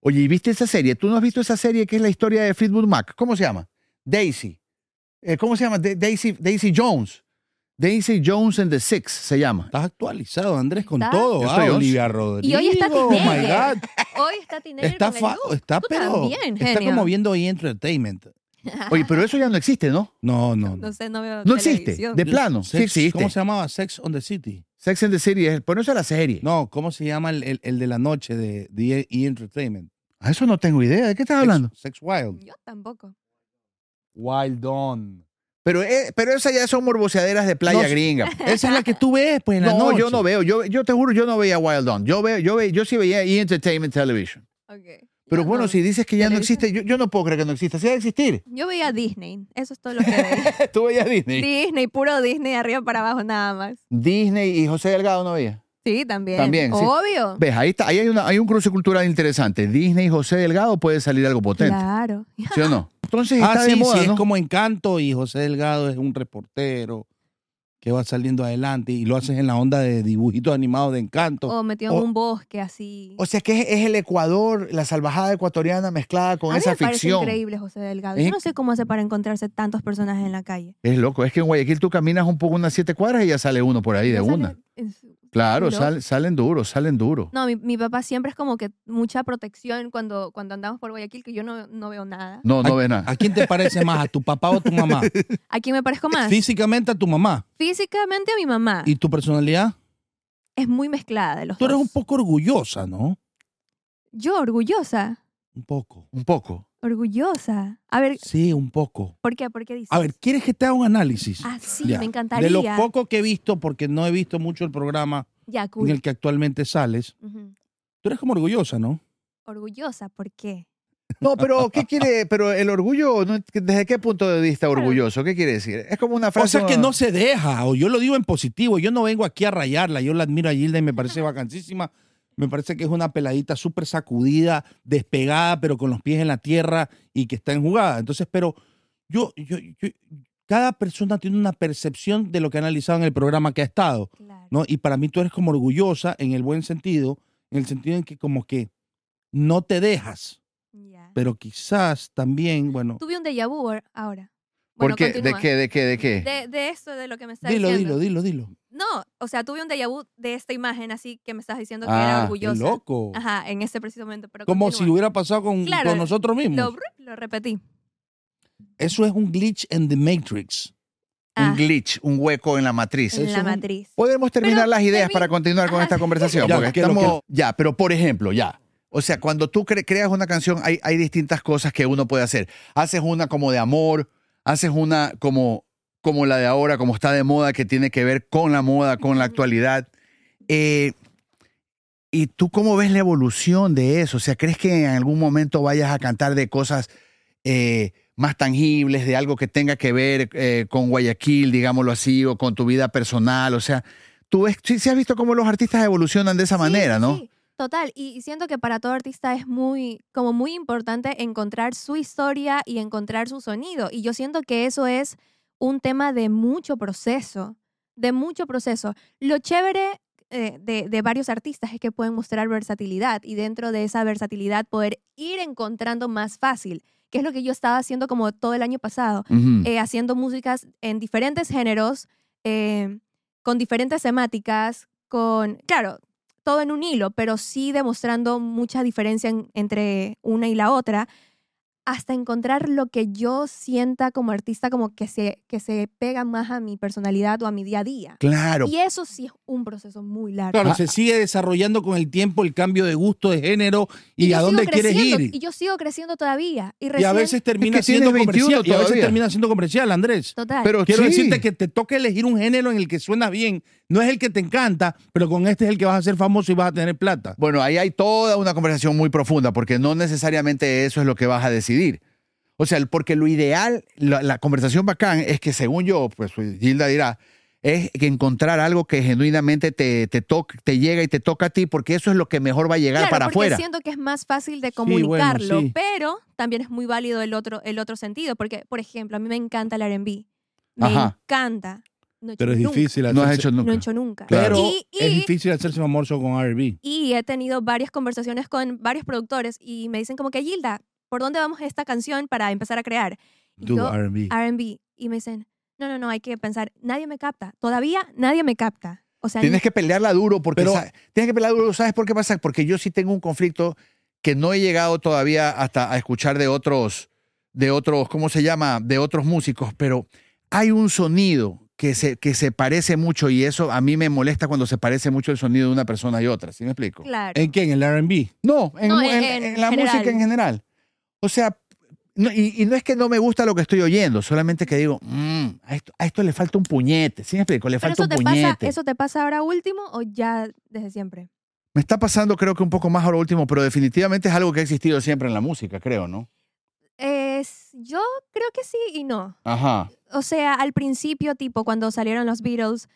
[SPEAKER 3] Oye, ¿y viste esa serie? ¿Tú no has visto esa serie que es la historia de Fleetwood Mac? ¿Cómo se llama? Daisy. Eh, ¿Cómo se llama? Da- Daisy, Daisy Jones. Daisy Jones and the Six se llama.
[SPEAKER 1] Estás actualizado, Andrés, con
[SPEAKER 2] Está.
[SPEAKER 1] todo.
[SPEAKER 3] Yo
[SPEAKER 1] ah,
[SPEAKER 3] estoy on-
[SPEAKER 1] Olivia Rodrigo.
[SPEAKER 2] Y hoy está
[SPEAKER 1] Oh my
[SPEAKER 2] teenager.
[SPEAKER 1] God.
[SPEAKER 2] Hoy está Tinelli
[SPEAKER 1] Está,
[SPEAKER 2] con el
[SPEAKER 1] fa-
[SPEAKER 2] look.
[SPEAKER 1] está
[SPEAKER 2] Tú
[SPEAKER 1] pero.
[SPEAKER 2] también,
[SPEAKER 1] está
[SPEAKER 2] genio.
[SPEAKER 1] como viendo hoy Entertainment.
[SPEAKER 3] Oye, pero eso ya no existe, ¿no?
[SPEAKER 1] No, no. no.
[SPEAKER 2] No sé, no veo
[SPEAKER 3] No existe,
[SPEAKER 2] televisión.
[SPEAKER 3] de plano. Sí
[SPEAKER 1] Sex-
[SPEAKER 3] existe.
[SPEAKER 1] ¿Cómo se llamaba? Sex on the City.
[SPEAKER 3] Sex and the City, es, pero no es la serie.
[SPEAKER 1] No, ¿cómo se llama el, el- el de la noche de de E! Entertainment?
[SPEAKER 3] A eso no tengo idea. ¿De qué estás
[SPEAKER 1] Sex-
[SPEAKER 3] hablando?
[SPEAKER 1] Sex Wild.
[SPEAKER 2] Yo tampoco.
[SPEAKER 1] Wild Dawn.
[SPEAKER 3] Pero, eh, pero esas ya son morboseaderas de playa
[SPEAKER 1] No,
[SPEAKER 3] gringa.
[SPEAKER 1] Esa es la que tú ves, pues, en la
[SPEAKER 3] No,
[SPEAKER 1] noche.
[SPEAKER 3] yo no veo. Yo, yo te juro, yo no veía Wild Dawn. Yo, veo, yo, ve- yo sí veía E! Entertainment Television.
[SPEAKER 2] Ok.
[SPEAKER 3] Pero
[SPEAKER 2] Yo
[SPEAKER 3] bueno,
[SPEAKER 2] no.
[SPEAKER 3] si dices que ya no
[SPEAKER 2] Televisión.
[SPEAKER 3] existe, yo, yo no puedo creer que no exista. Sí, va a existir.
[SPEAKER 2] Yo veía Disney. Eso es todo lo que veía.
[SPEAKER 3] Tú veías Disney.
[SPEAKER 2] Disney, puro Disney, de arriba para abajo nada más.
[SPEAKER 3] Disney y José Delgado no veía.
[SPEAKER 2] Sí, también.
[SPEAKER 3] También, sí.
[SPEAKER 2] Obvio.
[SPEAKER 3] Ves, ahí, está, ahí hay, una- hay un cruce cultural interesante. Disney y José Delgado puede salir algo potente.
[SPEAKER 2] Claro.
[SPEAKER 3] ¿Sí o no? Entonces
[SPEAKER 1] Ah,
[SPEAKER 3] está
[SPEAKER 1] sí,
[SPEAKER 3] de moda,
[SPEAKER 1] sí,
[SPEAKER 3] ¿no?
[SPEAKER 1] es como Encanto y José Delgado es un reportero que va saliendo adelante y lo haces en la onda de dibujitos animados de Encanto.
[SPEAKER 2] O metido
[SPEAKER 3] O-
[SPEAKER 2] en un bosque así.
[SPEAKER 3] O sea que es, es el Ecuador, la salvajada ecuatoriana mezclada con
[SPEAKER 2] a mí
[SPEAKER 3] esa
[SPEAKER 2] me parece
[SPEAKER 3] ficción.
[SPEAKER 2] increíble José Delgado.
[SPEAKER 1] Es
[SPEAKER 2] Yo no sé cómo hace para encontrarse tantos personajes en la calle.
[SPEAKER 3] Es loco, es que en Guayaquil tú caminas un poco unas siete cuadras y ya sale uno por ahí de
[SPEAKER 2] No sale-
[SPEAKER 3] una.
[SPEAKER 2] es-
[SPEAKER 3] Claro,
[SPEAKER 2] duro.
[SPEAKER 3] sal- salen duros, salen duros.
[SPEAKER 2] No, mi, mi papá siempre es como que mucha protección cuando, cuando andamos por Guayaquil, que yo no, no veo nada.
[SPEAKER 3] No, no
[SPEAKER 1] Ay,
[SPEAKER 3] ves nada.
[SPEAKER 1] ¿A quién te parece más, a tu papá o a tu mamá?
[SPEAKER 2] ¿A quién me parezco más?
[SPEAKER 1] Físicamente a tu mamá.
[SPEAKER 2] Físicamente a mi mamá.
[SPEAKER 1] ¿Y tu personalidad?
[SPEAKER 2] Es muy mezclada de los
[SPEAKER 1] Tú eres
[SPEAKER 2] dos.
[SPEAKER 1] un poco orgullosa, ¿no?
[SPEAKER 2] Yo orgullosa.
[SPEAKER 1] Un poco.
[SPEAKER 3] Un poco.
[SPEAKER 2] Orgullosa. A ver,
[SPEAKER 1] Sí, un poco.
[SPEAKER 2] ¿por qué? ¿Por qué dices?
[SPEAKER 1] A ver, ¿quieres que te haga un análisis?
[SPEAKER 2] Ah, sí,
[SPEAKER 1] Ya.
[SPEAKER 2] me encantaría.
[SPEAKER 1] De lo poco que he visto, porque no he visto mucho el programa
[SPEAKER 2] Ya,
[SPEAKER 1] en
[SPEAKER 2] cool.
[SPEAKER 1] el que actualmente sales,
[SPEAKER 2] Ujú.
[SPEAKER 1] tú eres como orgullosa, ¿no?
[SPEAKER 2] Orgullosa, ¿por qué?
[SPEAKER 3] No, pero ¿qué quiere? Pero el orgullo, no, ¿desde qué punto de vista orgulloso? ¿Qué quiere decir? Es como una
[SPEAKER 1] O
[SPEAKER 3] frase.
[SPEAKER 1] sea que no se deja, o yo lo digo en positivo, yo no vengo aquí a rayarla, yo la admiro a Gilda y me parece vacancísima, me parece que es una peladita súper sacudida, despegada, pero con los pies en la tierra y que está en jugada. Entonces, pero yo, yo, yo- cada persona tiene una percepción de lo que ha analizado en el programa que ha estado,
[SPEAKER 2] Claro.
[SPEAKER 1] ¿no? Y para mí tú eres como orgullosa en el buen sentido, en el sentido en que como que no te dejas,
[SPEAKER 2] Ya.
[SPEAKER 1] pero quizás también, bueno,
[SPEAKER 2] Tuve un déjà vu or- ahora. Bueno,
[SPEAKER 3] ¿Por qué? ¿De
[SPEAKER 2] continúa.
[SPEAKER 3] qué? ¿De qué? ¿De qué?
[SPEAKER 2] De, de esto, de lo que me estás
[SPEAKER 1] dilo,
[SPEAKER 2] diciendo.
[SPEAKER 1] dilo, dilo, dilo.
[SPEAKER 2] No, o sea, tuve un déjà vu de esta imagen así que me estás diciendo que
[SPEAKER 3] Ah,
[SPEAKER 2] era
[SPEAKER 3] qué
[SPEAKER 1] Qué
[SPEAKER 2] orgullosa.
[SPEAKER 1] loco.
[SPEAKER 2] Ajá, en ese preciso momento. Pero
[SPEAKER 1] Como si
[SPEAKER 2] continúa.
[SPEAKER 1] hubiera pasado con,
[SPEAKER 2] Claro,
[SPEAKER 1] con nosotros mismos.
[SPEAKER 2] Lo, lo repetí.
[SPEAKER 1] Eso es un glitch en The Matrix.
[SPEAKER 2] Ah,
[SPEAKER 3] Un glitch, un hueco en la matriz.
[SPEAKER 1] eso
[SPEAKER 2] en
[SPEAKER 1] es
[SPEAKER 2] la
[SPEAKER 1] un-
[SPEAKER 2] matriz.
[SPEAKER 3] Podemos terminar
[SPEAKER 2] Pero
[SPEAKER 3] las ideas
[SPEAKER 2] termi-
[SPEAKER 3] para continuar con
[SPEAKER 2] Ajá.
[SPEAKER 3] esta conversación.
[SPEAKER 1] Ya,
[SPEAKER 3] porque
[SPEAKER 1] ¿qué es lo que-
[SPEAKER 3] estamos- Ya, pero por ejemplo, ya. O sea, cuando tú cre- creas una canción, hay, hay distintas cosas que uno puede hacer. Haces una como de amor, haces una como, como la de ahora, como está de moda, que tiene que ver con la moda, con la actualidad. Eh, ¿Y tú cómo ves la evolución de eso? O sea, ¿crees que en algún momento vayas a cantar de cosas eh, más tangibles, de algo que tenga que ver eh, con Guayaquil, digámoslo así, o con tu vida personal? O sea, tú ves, sí, sí has visto cómo los artistas evolucionan de esa
[SPEAKER 2] Sí,
[SPEAKER 3] manera,
[SPEAKER 2] sí,
[SPEAKER 3] ¿no?
[SPEAKER 2] sí, Total, y, y siento que para todo artista es muy, como muy importante encontrar su historia y encontrar su sonido. Y yo siento que eso es un tema de mucho proceso, de mucho proceso. Lo chévere eh, de, de varios artistas es que pueden mostrar versatilidad y dentro de esa versatilidad poder ir encontrando más fácil, que es lo que yo estaba haciendo como todo el año pasado
[SPEAKER 3] Ujú.
[SPEAKER 2] eh, haciendo músicas en diferentes géneros, eh, con diferentes temáticas, con, claro, todo en un hilo, pero sí demostrando mucha diferencia en- entre una y la otra, hasta encontrar lo que yo sienta como artista, como que se, que se pega más a mi personalidad o a mi día a día.
[SPEAKER 3] Claro.
[SPEAKER 2] Y eso sí es un proceso muy largo.
[SPEAKER 1] Claro,
[SPEAKER 3] Ah.
[SPEAKER 1] se sigue desarrollando con el tiempo el cambio de gusto, de género y,
[SPEAKER 2] yo
[SPEAKER 1] a
[SPEAKER 2] sigo
[SPEAKER 1] dónde quieres
[SPEAKER 2] creciendo,
[SPEAKER 1] ir.
[SPEAKER 2] Y yo sigo creciendo todavía. Y,
[SPEAKER 1] Y a
[SPEAKER 2] recién-
[SPEAKER 1] veces termina
[SPEAKER 3] Es que
[SPEAKER 1] siendo
[SPEAKER 3] tienes 21
[SPEAKER 1] comercial. Y a veces
[SPEAKER 3] todavía.
[SPEAKER 1] termina siendo comercial, Andrés.
[SPEAKER 2] Total.
[SPEAKER 3] Pero
[SPEAKER 1] Quiero
[SPEAKER 3] sí.
[SPEAKER 1] decirte que te toca elegir un género en el que suena bien. No es el que te encanta, pero con este es el que vas a ser famoso y vas a tener plata.
[SPEAKER 3] Bueno, ahí hay toda una conversación muy profunda, porque no necesariamente eso es lo que vas a decidir. O sea, porque lo ideal, la, la conversación bacán es que según yo, pues Gilda dirá, es que encontrar algo que genuinamente te, te, toque- te llega y te toca a ti, porque eso es lo que mejor va a llegar
[SPEAKER 2] Claro,
[SPEAKER 3] para
[SPEAKER 2] porque
[SPEAKER 3] afuera.
[SPEAKER 2] siento que es más fácil de
[SPEAKER 1] Sí, bueno,
[SPEAKER 2] comunicarlo,
[SPEAKER 1] sí.
[SPEAKER 2] pero también es muy válido el otro, el otro sentido, porque, por ejemplo, a mí me encanta el R&B, me
[SPEAKER 3] Ajá.
[SPEAKER 2] encanta, no he hecho
[SPEAKER 1] Pero es
[SPEAKER 2] nunca,
[SPEAKER 1] difícil
[SPEAKER 3] No has
[SPEAKER 1] hacerse-
[SPEAKER 3] hecho nunca.
[SPEAKER 2] no he hecho nunca.
[SPEAKER 1] Pero
[SPEAKER 2] Y,
[SPEAKER 1] es
[SPEAKER 2] y-
[SPEAKER 1] difícil hacerse famoso con R&B.
[SPEAKER 2] y he tenido varias conversaciones con varios productores y me dicen como que, Gilda, ¿por dónde vamos esta canción para empezar a crear? Y
[SPEAKER 1] Tú,
[SPEAKER 2] yo,
[SPEAKER 1] R&B.
[SPEAKER 2] R&B. Y me dicen, no, no, no, hay que pensar, nadie me capta, todavía nadie me capta. O sea,
[SPEAKER 3] Tienes que pelearla duro porque
[SPEAKER 1] Pero-
[SPEAKER 3] sa- tienes que pelearla duro, ¿sabes por qué pasa? Porque yo sí tengo un conflicto que no he llegado todavía hasta a escuchar de otros de otros, ¿cómo se llama? de otros músicos, pero hay un sonido que se, que se parece mucho y eso a mí me molesta cuando se parece mucho el sonido de una persona y otra, ¿sí me explico?
[SPEAKER 2] Claro.
[SPEAKER 1] ¿En quién? ¿En el RB?
[SPEAKER 3] No, en,
[SPEAKER 2] No,
[SPEAKER 3] mu- en-
[SPEAKER 2] en
[SPEAKER 3] en la
[SPEAKER 2] general.
[SPEAKER 3] música en general. O sea, no- y, y no es que no me gusta lo que estoy oyendo, solamente que digo, "Mm, a, esto, a esto le falta un puñete, ¿sí me explico? Le
[SPEAKER 2] Pero
[SPEAKER 3] falta
[SPEAKER 2] eso
[SPEAKER 3] un
[SPEAKER 2] te,
[SPEAKER 3] puñete.
[SPEAKER 2] pasa, ¿eso te pasa ahora último o ya desde siempre?
[SPEAKER 3] Me está pasando creo que un poco más ahora último, pero definitivamente es algo que ha existido siempre en la música, creo, ¿no?
[SPEAKER 2] Es- yo creo que sí y no.
[SPEAKER 3] Ajá.
[SPEAKER 2] O sea, al principio, tipo, cuando salieron los Beatles,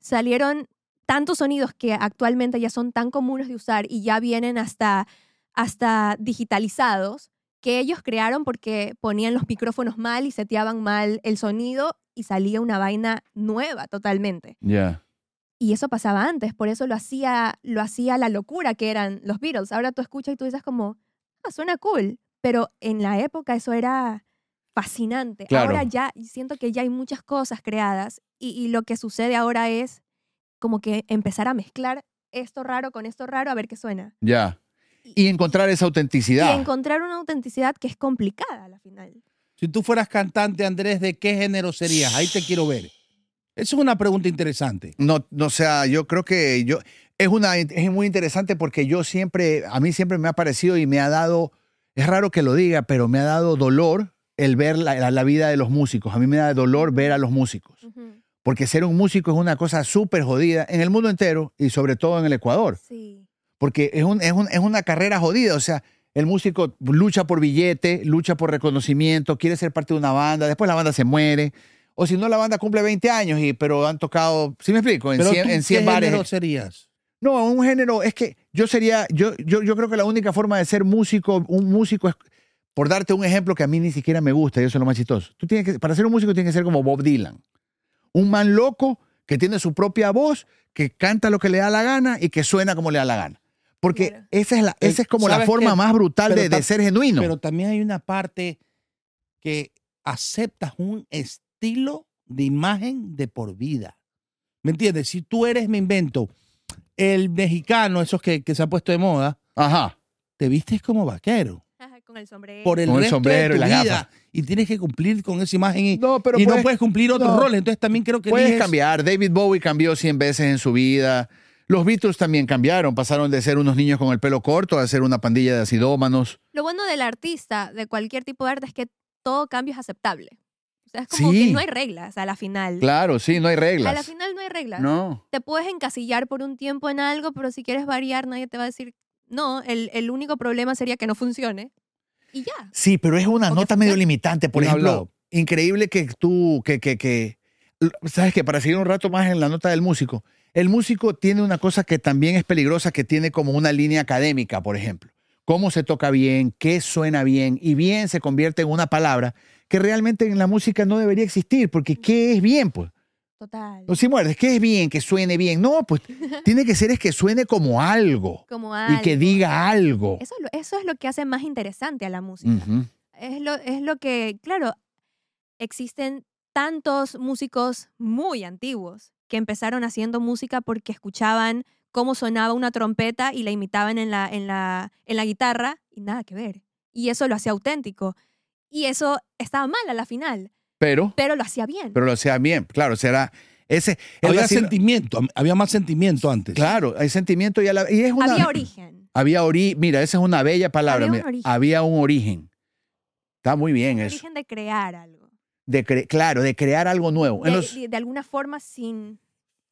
[SPEAKER 2] salieron tantos sonidos que actualmente ya son tan comunes de usar y ya vienen hasta, hasta digitalizados, que ellos crearon porque ponían los micrófonos mal y seteaban mal el sonido y salía una vaina nueva totalmente.
[SPEAKER 3] Ya.
[SPEAKER 2] Y eso pasaba antes, por eso lo hacía, lo hacía la locura que eran los Beatles. Ahora tú escuchas y tú dices como, ah, suena cool. Pero en la época eso era fascinante.
[SPEAKER 3] Claro.
[SPEAKER 2] Ahora ya siento que ya hay muchas cosas creadas y, y lo que sucede ahora es como que empezar a mezclar esto raro con esto raro a ver qué suena.
[SPEAKER 3] Ya. Y encontrar esa autenticidad.
[SPEAKER 2] Y encontrar una autenticidad que es complicada a la final.
[SPEAKER 1] Si tú fueras cantante, Andrés, ¿de qué género serías? Ahí te quiero ver. Esa es una pregunta interesante.
[SPEAKER 3] No, no, o sea, yo creo que yo es una es muy interesante porque yo siempre a mí siempre me ha parecido y me ha dado es raro que lo diga, pero me ha dado dolor el ver la, la- la vida de los músicos. A mí me da dolor ver a los músicos, porque ser un músico es una cosa súper jodida en el mundo entero y sobre todo en el Ecuador
[SPEAKER 2] Sí.
[SPEAKER 3] porque es, un- es un- es una carrera jodida. O sea, el músico lucha por billete, lucha por reconocimiento, quiere ser parte de una banda, después la banda se muere. O si no, la banda cumple 20 años, y, pero han tocado, ¿sí me explico? En
[SPEAKER 1] Pero
[SPEAKER 3] 100,
[SPEAKER 1] tú,
[SPEAKER 3] en 100
[SPEAKER 1] ¿qué
[SPEAKER 3] bares.
[SPEAKER 1] género serías?
[SPEAKER 3] No, un género, es que yo sería, yo, yo, yo creo que la única forma de ser músico, un músico es, por darte un ejemplo que a mí ni siquiera me gusta, yo soy lo más chistoso. Tú tienes que, para ser un músico tienes que ser como Bob Dylan. Un man loco que tiene su propia voz, que canta lo que le da la gana y que suena como le da la gana. Porque
[SPEAKER 2] Claro.
[SPEAKER 3] esa es, la, esa es como la
[SPEAKER 1] ¿Sabes
[SPEAKER 3] forma
[SPEAKER 1] qué?
[SPEAKER 3] más brutal
[SPEAKER 1] Pero
[SPEAKER 3] de, de
[SPEAKER 1] tam-
[SPEAKER 3] ser genuino.
[SPEAKER 1] Pero también hay una parte que aceptas un estilo de imagen de por vida. ¿Me entiendes? Si tú eres, me invento, el mexicano, esos que, que se ha puesto de moda,
[SPEAKER 3] Ajá.
[SPEAKER 1] te vistes como vaquero.
[SPEAKER 2] Ajá, con el sombrero.
[SPEAKER 1] Por el
[SPEAKER 3] Con el
[SPEAKER 1] resto
[SPEAKER 3] sombrero y
[SPEAKER 1] de tu
[SPEAKER 3] las
[SPEAKER 1] vida.
[SPEAKER 3] gafas.
[SPEAKER 1] Y tienes que cumplir con esa imagen y,
[SPEAKER 3] No, pero
[SPEAKER 1] y
[SPEAKER 3] puedes,
[SPEAKER 1] no puedes cumplir otros
[SPEAKER 3] no.
[SPEAKER 1] roles. Entonces también creo que
[SPEAKER 3] puedes
[SPEAKER 1] eliges-
[SPEAKER 3] cambiar. David Bowie cambió 100 veces en su vida. Los Beatles también cambiaron. Pasaron de ser unos niños con el pelo corto a ser una pandilla de acidómanos.
[SPEAKER 2] Lo bueno del artista, de cualquier tipo de arte, es que todo cambio es aceptable. O sea, es como
[SPEAKER 3] Sí.
[SPEAKER 2] que no hay reglas a la final.
[SPEAKER 3] Claro, sí, no hay
[SPEAKER 2] a la
[SPEAKER 3] reglas.
[SPEAKER 2] final no hay reglas.
[SPEAKER 3] No.
[SPEAKER 2] Te puedes encasillar por un tiempo en algo, pero si quieres variar, nadie te va a decir no. El, el único problema sería que no funcione. Y ya.
[SPEAKER 3] Sí, pero es una
[SPEAKER 2] Porque
[SPEAKER 3] nota
[SPEAKER 2] fue-
[SPEAKER 3] medio limitante. Por
[SPEAKER 1] Bien
[SPEAKER 3] ejemplo,
[SPEAKER 1] hablado.
[SPEAKER 3] increíble que tú, que, que, que, l- sabes que para seguir un rato más en la nota del músico, el músico tiene una cosa que también es peligrosa, que tiene como una línea académica, por ejemplo. Cómo se toca bien, qué suena bien, y bien se convierte en una palabra que realmente en la música no debería existir, porque ¿qué es bien? Pues
[SPEAKER 2] Total.
[SPEAKER 3] no si muerdes, ¿qué es bien? Que suene bien. No, pues tiene que ser es que suene como algo
[SPEAKER 2] Como
[SPEAKER 3] y que
[SPEAKER 2] algo.
[SPEAKER 3] diga algo.
[SPEAKER 2] Eso, es lo- eso es lo que hace más interesante a la música.
[SPEAKER 3] Ujú.
[SPEAKER 2] Es lo, es lo que, claro, existen tantos músicos muy antiguos que empezaron haciendo música porque escuchaban cómo sonaba una trompeta y la imitaban en la, en la, en la guitarra y nada que ver. Y eso lo hacía auténtico. Y eso estaba mal a la final,
[SPEAKER 3] Pero
[SPEAKER 2] pero lo hacía bien.
[SPEAKER 3] pero lo sea bien, claro, será ese el
[SPEAKER 1] Había
[SPEAKER 3] vacilo-
[SPEAKER 1] sentimiento, había más sentimiento antes.
[SPEAKER 3] claro, hay sentimiento y, a la- y es una
[SPEAKER 2] Había origen.
[SPEAKER 3] había ori- mira, esa es una bella palabra,
[SPEAKER 2] Había un
[SPEAKER 3] mira,
[SPEAKER 2] origen.
[SPEAKER 3] había un origen. Está muy bien
[SPEAKER 2] Un
[SPEAKER 3] eso.
[SPEAKER 2] Origen de crear algo.
[SPEAKER 3] De cre- claro, de crear algo nuevo
[SPEAKER 2] De,
[SPEAKER 3] en los-
[SPEAKER 2] de- de alguna forma sin,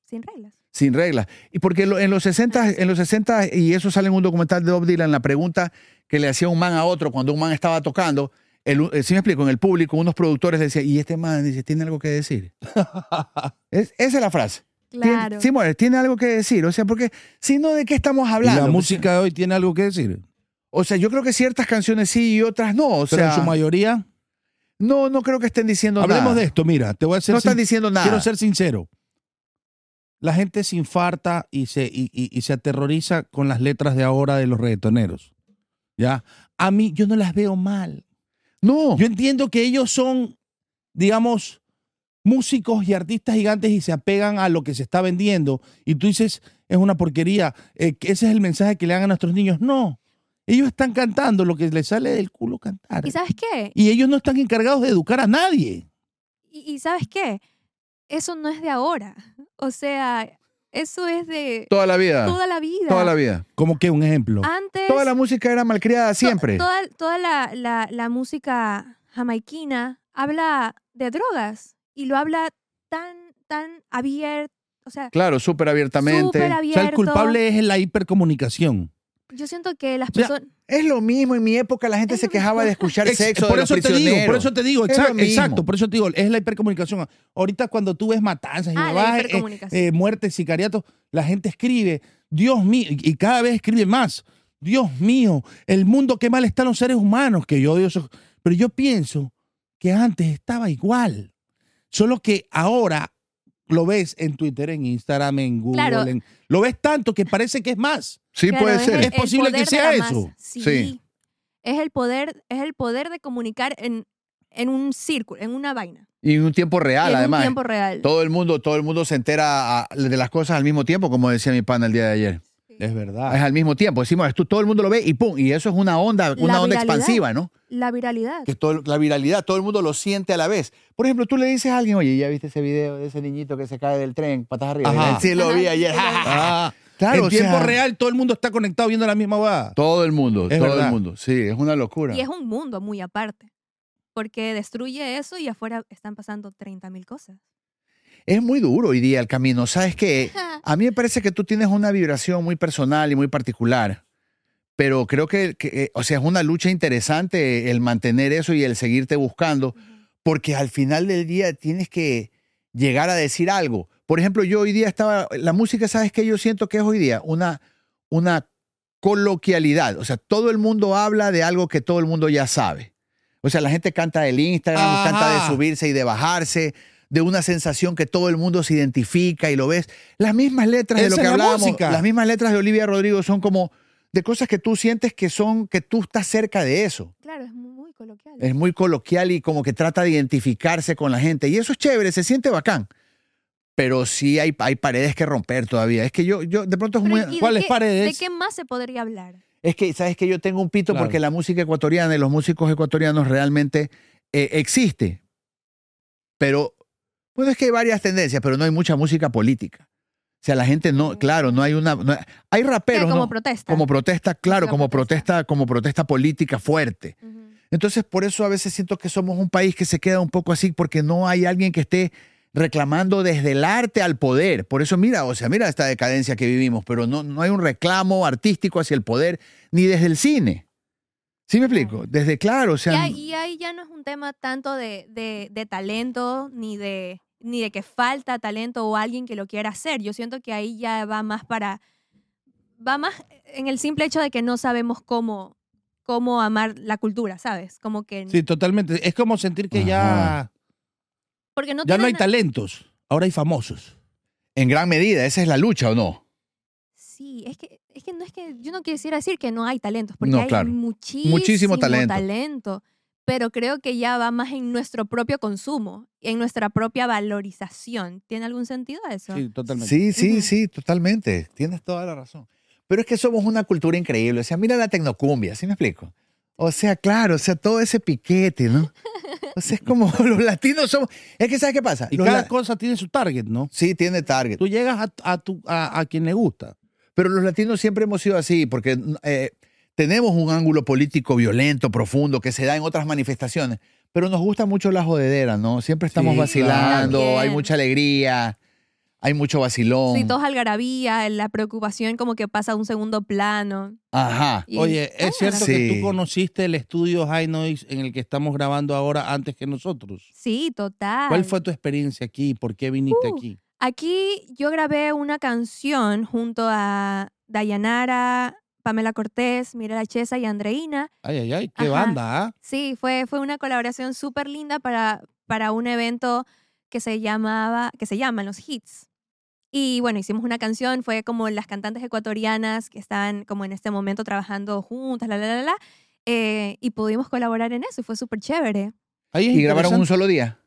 [SPEAKER 2] sin reglas.
[SPEAKER 3] sin reglas. Y porque lo- en los
[SPEAKER 2] Ah,
[SPEAKER 3] 60 en los 60 y eso sale en un documental de Bob Dylan la pregunta que le hacía un man a otro cuando un man estaba tocando el, eh, sí me explico, en el público unos productores le decían, "Y este man dice, tiene algo que decir." Es- esa es la frase. Tien-
[SPEAKER 2] Claro.
[SPEAKER 3] sí, mujer, tiene algo que decir, o sea, porque si no de qué estamos
[SPEAKER 1] ¿Y
[SPEAKER 3] hablando?
[SPEAKER 1] la
[SPEAKER 3] Pues,
[SPEAKER 1] música de hoy tiene algo que decir?
[SPEAKER 3] O sea, yo creo que ciertas canciones sí y otras no. O
[SPEAKER 1] Pero en
[SPEAKER 3] sea,
[SPEAKER 1] su mayoría...
[SPEAKER 3] no, no creo que estén diciendo
[SPEAKER 1] Hablemos
[SPEAKER 3] nada.
[SPEAKER 1] de esto, mira, te voy a hacer
[SPEAKER 3] No están
[SPEAKER 1] sin-
[SPEAKER 3] diciendo nada.
[SPEAKER 1] Quiero ser sincero. La gente se infarta y se, y, y- y se aterroriza con las letras de ahora de los reggaetoneros. ¿Ya? A mí, yo no las veo mal.
[SPEAKER 3] No,
[SPEAKER 1] Yo entiendo que ellos son, digamos, músicos y artistas gigantes y se apegan a lo que se está vendiendo. Y tú dices, es una porquería. eh, que ese es el mensaje que le dan a nuestros niños. No. Ellos están cantando lo que les sale del culo cantar.
[SPEAKER 2] ¿Y sabes qué?
[SPEAKER 1] Y ellos no están encargados de educar a nadie.
[SPEAKER 2] Y, y ¿sabes qué? eso no es de ahora. O sea, eso es de
[SPEAKER 3] Toda la vida.
[SPEAKER 2] toda la vida.
[SPEAKER 3] Toda la vida.
[SPEAKER 1] Como que un ejemplo.
[SPEAKER 2] Antes,
[SPEAKER 3] Toda la música era malcriada
[SPEAKER 2] to-
[SPEAKER 3] siempre.
[SPEAKER 2] toda, toda la, la- la música jamaiquina habla de drogas y lo habla tan, tan abierto. O sea,
[SPEAKER 3] Claro, súper abiertamente.
[SPEAKER 2] súper
[SPEAKER 1] o
[SPEAKER 2] abierto.
[SPEAKER 1] sea, el culpable es la hipercomunicación.
[SPEAKER 2] Yo siento que las
[SPEAKER 1] O sea,
[SPEAKER 2] personas...
[SPEAKER 3] Es lo mismo, en mi época la gente
[SPEAKER 2] Es
[SPEAKER 3] se
[SPEAKER 2] lo mismo.
[SPEAKER 3] quejaba de escuchar
[SPEAKER 1] Ex-
[SPEAKER 3] sexo
[SPEAKER 1] por
[SPEAKER 3] de los
[SPEAKER 1] eso te digo,
[SPEAKER 3] prisioneros.
[SPEAKER 1] por eso te digo,
[SPEAKER 3] Es lo
[SPEAKER 1] exacto,
[SPEAKER 3] mismo.
[SPEAKER 1] exacto, por eso te digo, es la hipercomunicación. Ahorita cuando tú ves matanzas y
[SPEAKER 2] Ah, la
[SPEAKER 1] huevadas, eh,
[SPEAKER 2] hipercomunicación.
[SPEAKER 1] eh, muertes, sicariatos, la gente escribe, Dios mío, y y cada vez escribe más, Dios mío, el mundo qué mal están los seres humanos, que yo odio eso. Pero yo pienso que antes estaba igual, solo que ahora lo ves en Twitter, en Instagram, en Google,
[SPEAKER 2] Claro.
[SPEAKER 1] en- lo ves tanto que parece que es más.
[SPEAKER 3] Sí,
[SPEAKER 2] Claro,
[SPEAKER 3] puede
[SPEAKER 2] el-
[SPEAKER 1] Es
[SPEAKER 3] ser.
[SPEAKER 2] el
[SPEAKER 1] posible
[SPEAKER 2] poder
[SPEAKER 1] que
[SPEAKER 2] de
[SPEAKER 1] sea
[SPEAKER 2] la masa.
[SPEAKER 1] eso.
[SPEAKER 2] Sí.
[SPEAKER 3] Sí.
[SPEAKER 2] Es el poder, es el poder de comunicar en, en un círculo, en una vaina.
[SPEAKER 3] Y en un tiempo
[SPEAKER 2] y
[SPEAKER 3] real,
[SPEAKER 2] en un
[SPEAKER 3] además.
[SPEAKER 2] tiempo real.
[SPEAKER 3] Todo el mundo, todo el mundo se entera a- de las cosas al mismo tiempo, como decía mi pana el día de ayer.
[SPEAKER 1] Es verdad.
[SPEAKER 3] Ah. Es al mismo tiempo. Decimos, esto todo el mundo lo ve y pum. Y eso es una onda, una
[SPEAKER 2] La
[SPEAKER 3] onda
[SPEAKER 2] viralidad.
[SPEAKER 3] expansiva, ¿no?
[SPEAKER 2] La viralidad.
[SPEAKER 3] Que todo, la viralidad, todo el mundo lo siente a la vez. Por ejemplo, tú le dices a alguien, oye, ¿ya viste ese video de ese niñito que se cae del tren, patas arriba?
[SPEAKER 1] Ajá.
[SPEAKER 3] Y él, Sí, lo vi
[SPEAKER 2] Ajá.
[SPEAKER 3] ayer. Ja, ja, ja".
[SPEAKER 1] Ah,
[SPEAKER 3] Claro,
[SPEAKER 1] en
[SPEAKER 3] o
[SPEAKER 1] tiempo
[SPEAKER 3] sea-
[SPEAKER 1] real todo el mundo está conectado viendo la misma huevada.
[SPEAKER 3] Todo el mundo,
[SPEAKER 1] Es
[SPEAKER 3] todo
[SPEAKER 1] verdad.
[SPEAKER 3] el mundo. Sí, es una locura.
[SPEAKER 2] Y es un mundo muy aparte. Porque destruye eso y afuera están pasando 30.000 cosas.
[SPEAKER 3] Es muy duro hoy día el camino. ¿Sabes qué? A mí me parece que tú tienes una vibración muy personal y muy particular, pero creo que, que, eh, o sea, es una lucha interesante el mantener eso y el seguirte buscando, porque al final del día tienes que llegar a decir algo. Por ejemplo, yo hoy día estaba, la música, ¿sabes qué? Yo siento que es hoy día una, una coloquialidad, o sea, todo el mundo habla de algo que todo el mundo ya sabe. O sea, la gente canta del Instagram,
[SPEAKER 1] Ajá.
[SPEAKER 3] canta de subirse y de bajarse, de una sensación que todo el mundo se identifica y lo ves. Las mismas letras de
[SPEAKER 1] Esa
[SPEAKER 3] lo que
[SPEAKER 1] es la
[SPEAKER 3] hablábamos,
[SPEAKER 1] música.
[SPEAKER 3] las mismas letras de Olivia Rodrigo son como de cosas que tú sientes que son, que tú estás cerca de eso.
[SPEAKER 2] Claro, es muy coloquial.
[SPEAKER 3] Es muy coloquial y como que trata de identificarse con la gente. Y eso es chévere, se siente bacán. Pero sí hay, hay paredes que romper todavía. Es que yo, yo de pronto es
[SPEAKER 2] Pero,
[SPEAKER 3] muy...
[SPEAKER 2] ¿y de
[SPEAKER 1] ¿cuáles
[SPEAKER 2] qué-
[SPEAKER 1] paredes?
[SPEAKER 2] ¿De qué más se podría hablar?
[SPEAKER 3] Es que, ¿sabes que Yo tengo un pito
[SPEAKER 1] Claro.
[SPEAKER 3] porque la música ecuatoriana y los músicos ecuatorianos realmente eh, existe. Pero, bueno, es que hay varias tendencias, pero no hay mucha música política. O sea, la gente no, claro, no hay una... no hay- hay
[SPEAKER 2] Que
[SPEAKER 3] raperos,
[SPEAKER 2] Mm. como
[SPEAKER 3] ¿no?
[SPEAKER 2] protesta.
[SPEAKER 3] Como protesta, claro,
[SPEAKER 2] Música
[SPEAKER 3] como
[SPEAKER 2] protesta.
[SPEAKER 3] protesta, como protesta política fuerte.
[SPEAKER 2] Ujú.
[SPEAKER 3] Entonces, por eso a veces siento que somos un país que se queda un poco así porque no hay alguien que esté reclamando desde el arte al poder. Por eso, mira, o sea, mira esta decadencia que vivimos, pero no, no hay un reclamo artístico hacia el poder ni desde el cine. ¿Sí me explico? Desde claro, o
[SPEAKER 2] Y
[SPEAKER 3] sea,
[SPEAKER 2] ahí- y ahí ya no es un tema tanto de, de- de talento ni de, ni de que falta talento o alguien que lo quiera hacer. Yo siento que ahí ya va más para. Va más en el simple hecho de que no sabemos cómo, cómo amar la cultura, ¿sabes? Como que.
[SPEAKER 1] Sí, totalmente. Es como sentir que ya,
[SPEAKER 2] porque no
[SPEAKER 1] ya no
[SPEAKER 2] tiene
[SPEAKER 1] hay
[SPEAKER 2] na-
[SPEAKER 1] talentos, ahora hay famosos.
[SPEAKER 3] en gran medida, esa es la lucha o no.
[SPEAKER 2] Sí, es que, es que no es que. Yo no quisiera decir que no hay talentos, porque
[SPEAKER 3] No,
[SPEAKER 2] hay
[SPEAKER 3] claro.
[SPEAKER 2] muchísimo,
[SPEAKER 3] talento.
[SPEAKER 2] talento, Pero creo que ya va más en nuestro propio consumo, en nuestra propia valorización. ¿Tiene algún sentido eso?
[SPEAKER 1] Sí, totalmente.
[SPEAKER 3] Sí, sí,
[SPEAKER 2] Ujú.
[SPEAKER 3] sí, totalmente. Tienes toda la razón. Pero es que somos una cultura increíble. O sea, mira la tecnocumbia, ¿sí me explico? O sea, claro, o sea, todo ese piquete, ¿no? O sea, es como los latinos somos. Es que, ¿sabes qué pasa?
[SPEAKER 1] Y
[SPEAKER 3] Los
[SPEAKER 1] cada
[SPEAKER 3] la-
[SPEAKER 1] cosa tiene su target, ¿no?
[SPEAKER 3] Sí, tiene target.
[SPEAKER 1] Tú llegas a, a, tu, a, a quien le gusta.
[SPEAKER 3] Pero los latinos siempre hemos sido así, porque eh, tenemos un ángulo político violento, profundo, que se da en otras manifestaciones. Pero nos gusta mucho la jodedera, ¿no? Siempre estamos
[SPEAKER 1] Sí,
[SPEAKER 3] vacilando,
[SPEAKER 2] claro.
[SPEAKER 3] hay mucha alegría, hay mucho vacilón.
[SPEAKER 2] Sí, todos algarabía, la preocupación como que pasa a un segundo plano.
[SPEAKER 3] Ajá.
[SPEAKER 2] Y-
[SPEAKER 1] Oye,
[SPEAKER 2] Ah,
[SPEAKER 1] ¿es cierto
[SPEAKER 3] Sí.
[SPEAKER 1] que tú conociste el estudio High Noise en el que estamos grabando ahora antes que nosotros?
[SPEAKER 2] Sí, total.
[SPEAKER 1] ¿Cuál fue tu experiencia aquí? y ¿Por qué viniste
[SPEAKER 2] Uh.
[SPEAKER 1] aquí?
[SPEAKER 2] Aquí yo grabé una canción junto a Dayanara, Pamela Cortés, Mirela Chesa y Andreina.
[SPEAKER 1] Ay, ay, ay, qué
[SPEAKER 2] Ajá.
[SPEAKER 1] banda, ¿ah?
[SPEAKER 2] Sí, fue, fue una colaboración súper linda para, para un evento que se llamaba, que se llaman los hits. Y bueno, hicimos una canción, fue como las cantantes ecuatorianas que están como en este momento trabajando juntas, la, la, la, la, eh, y pudimos colaborar en eso y fue súper chévere.
[SPEAKER 1] Ahí es
[SPEAKER 3] Y grabaron un
[SPEAKER 1] interesante.
[SPEAKER 3] solo día.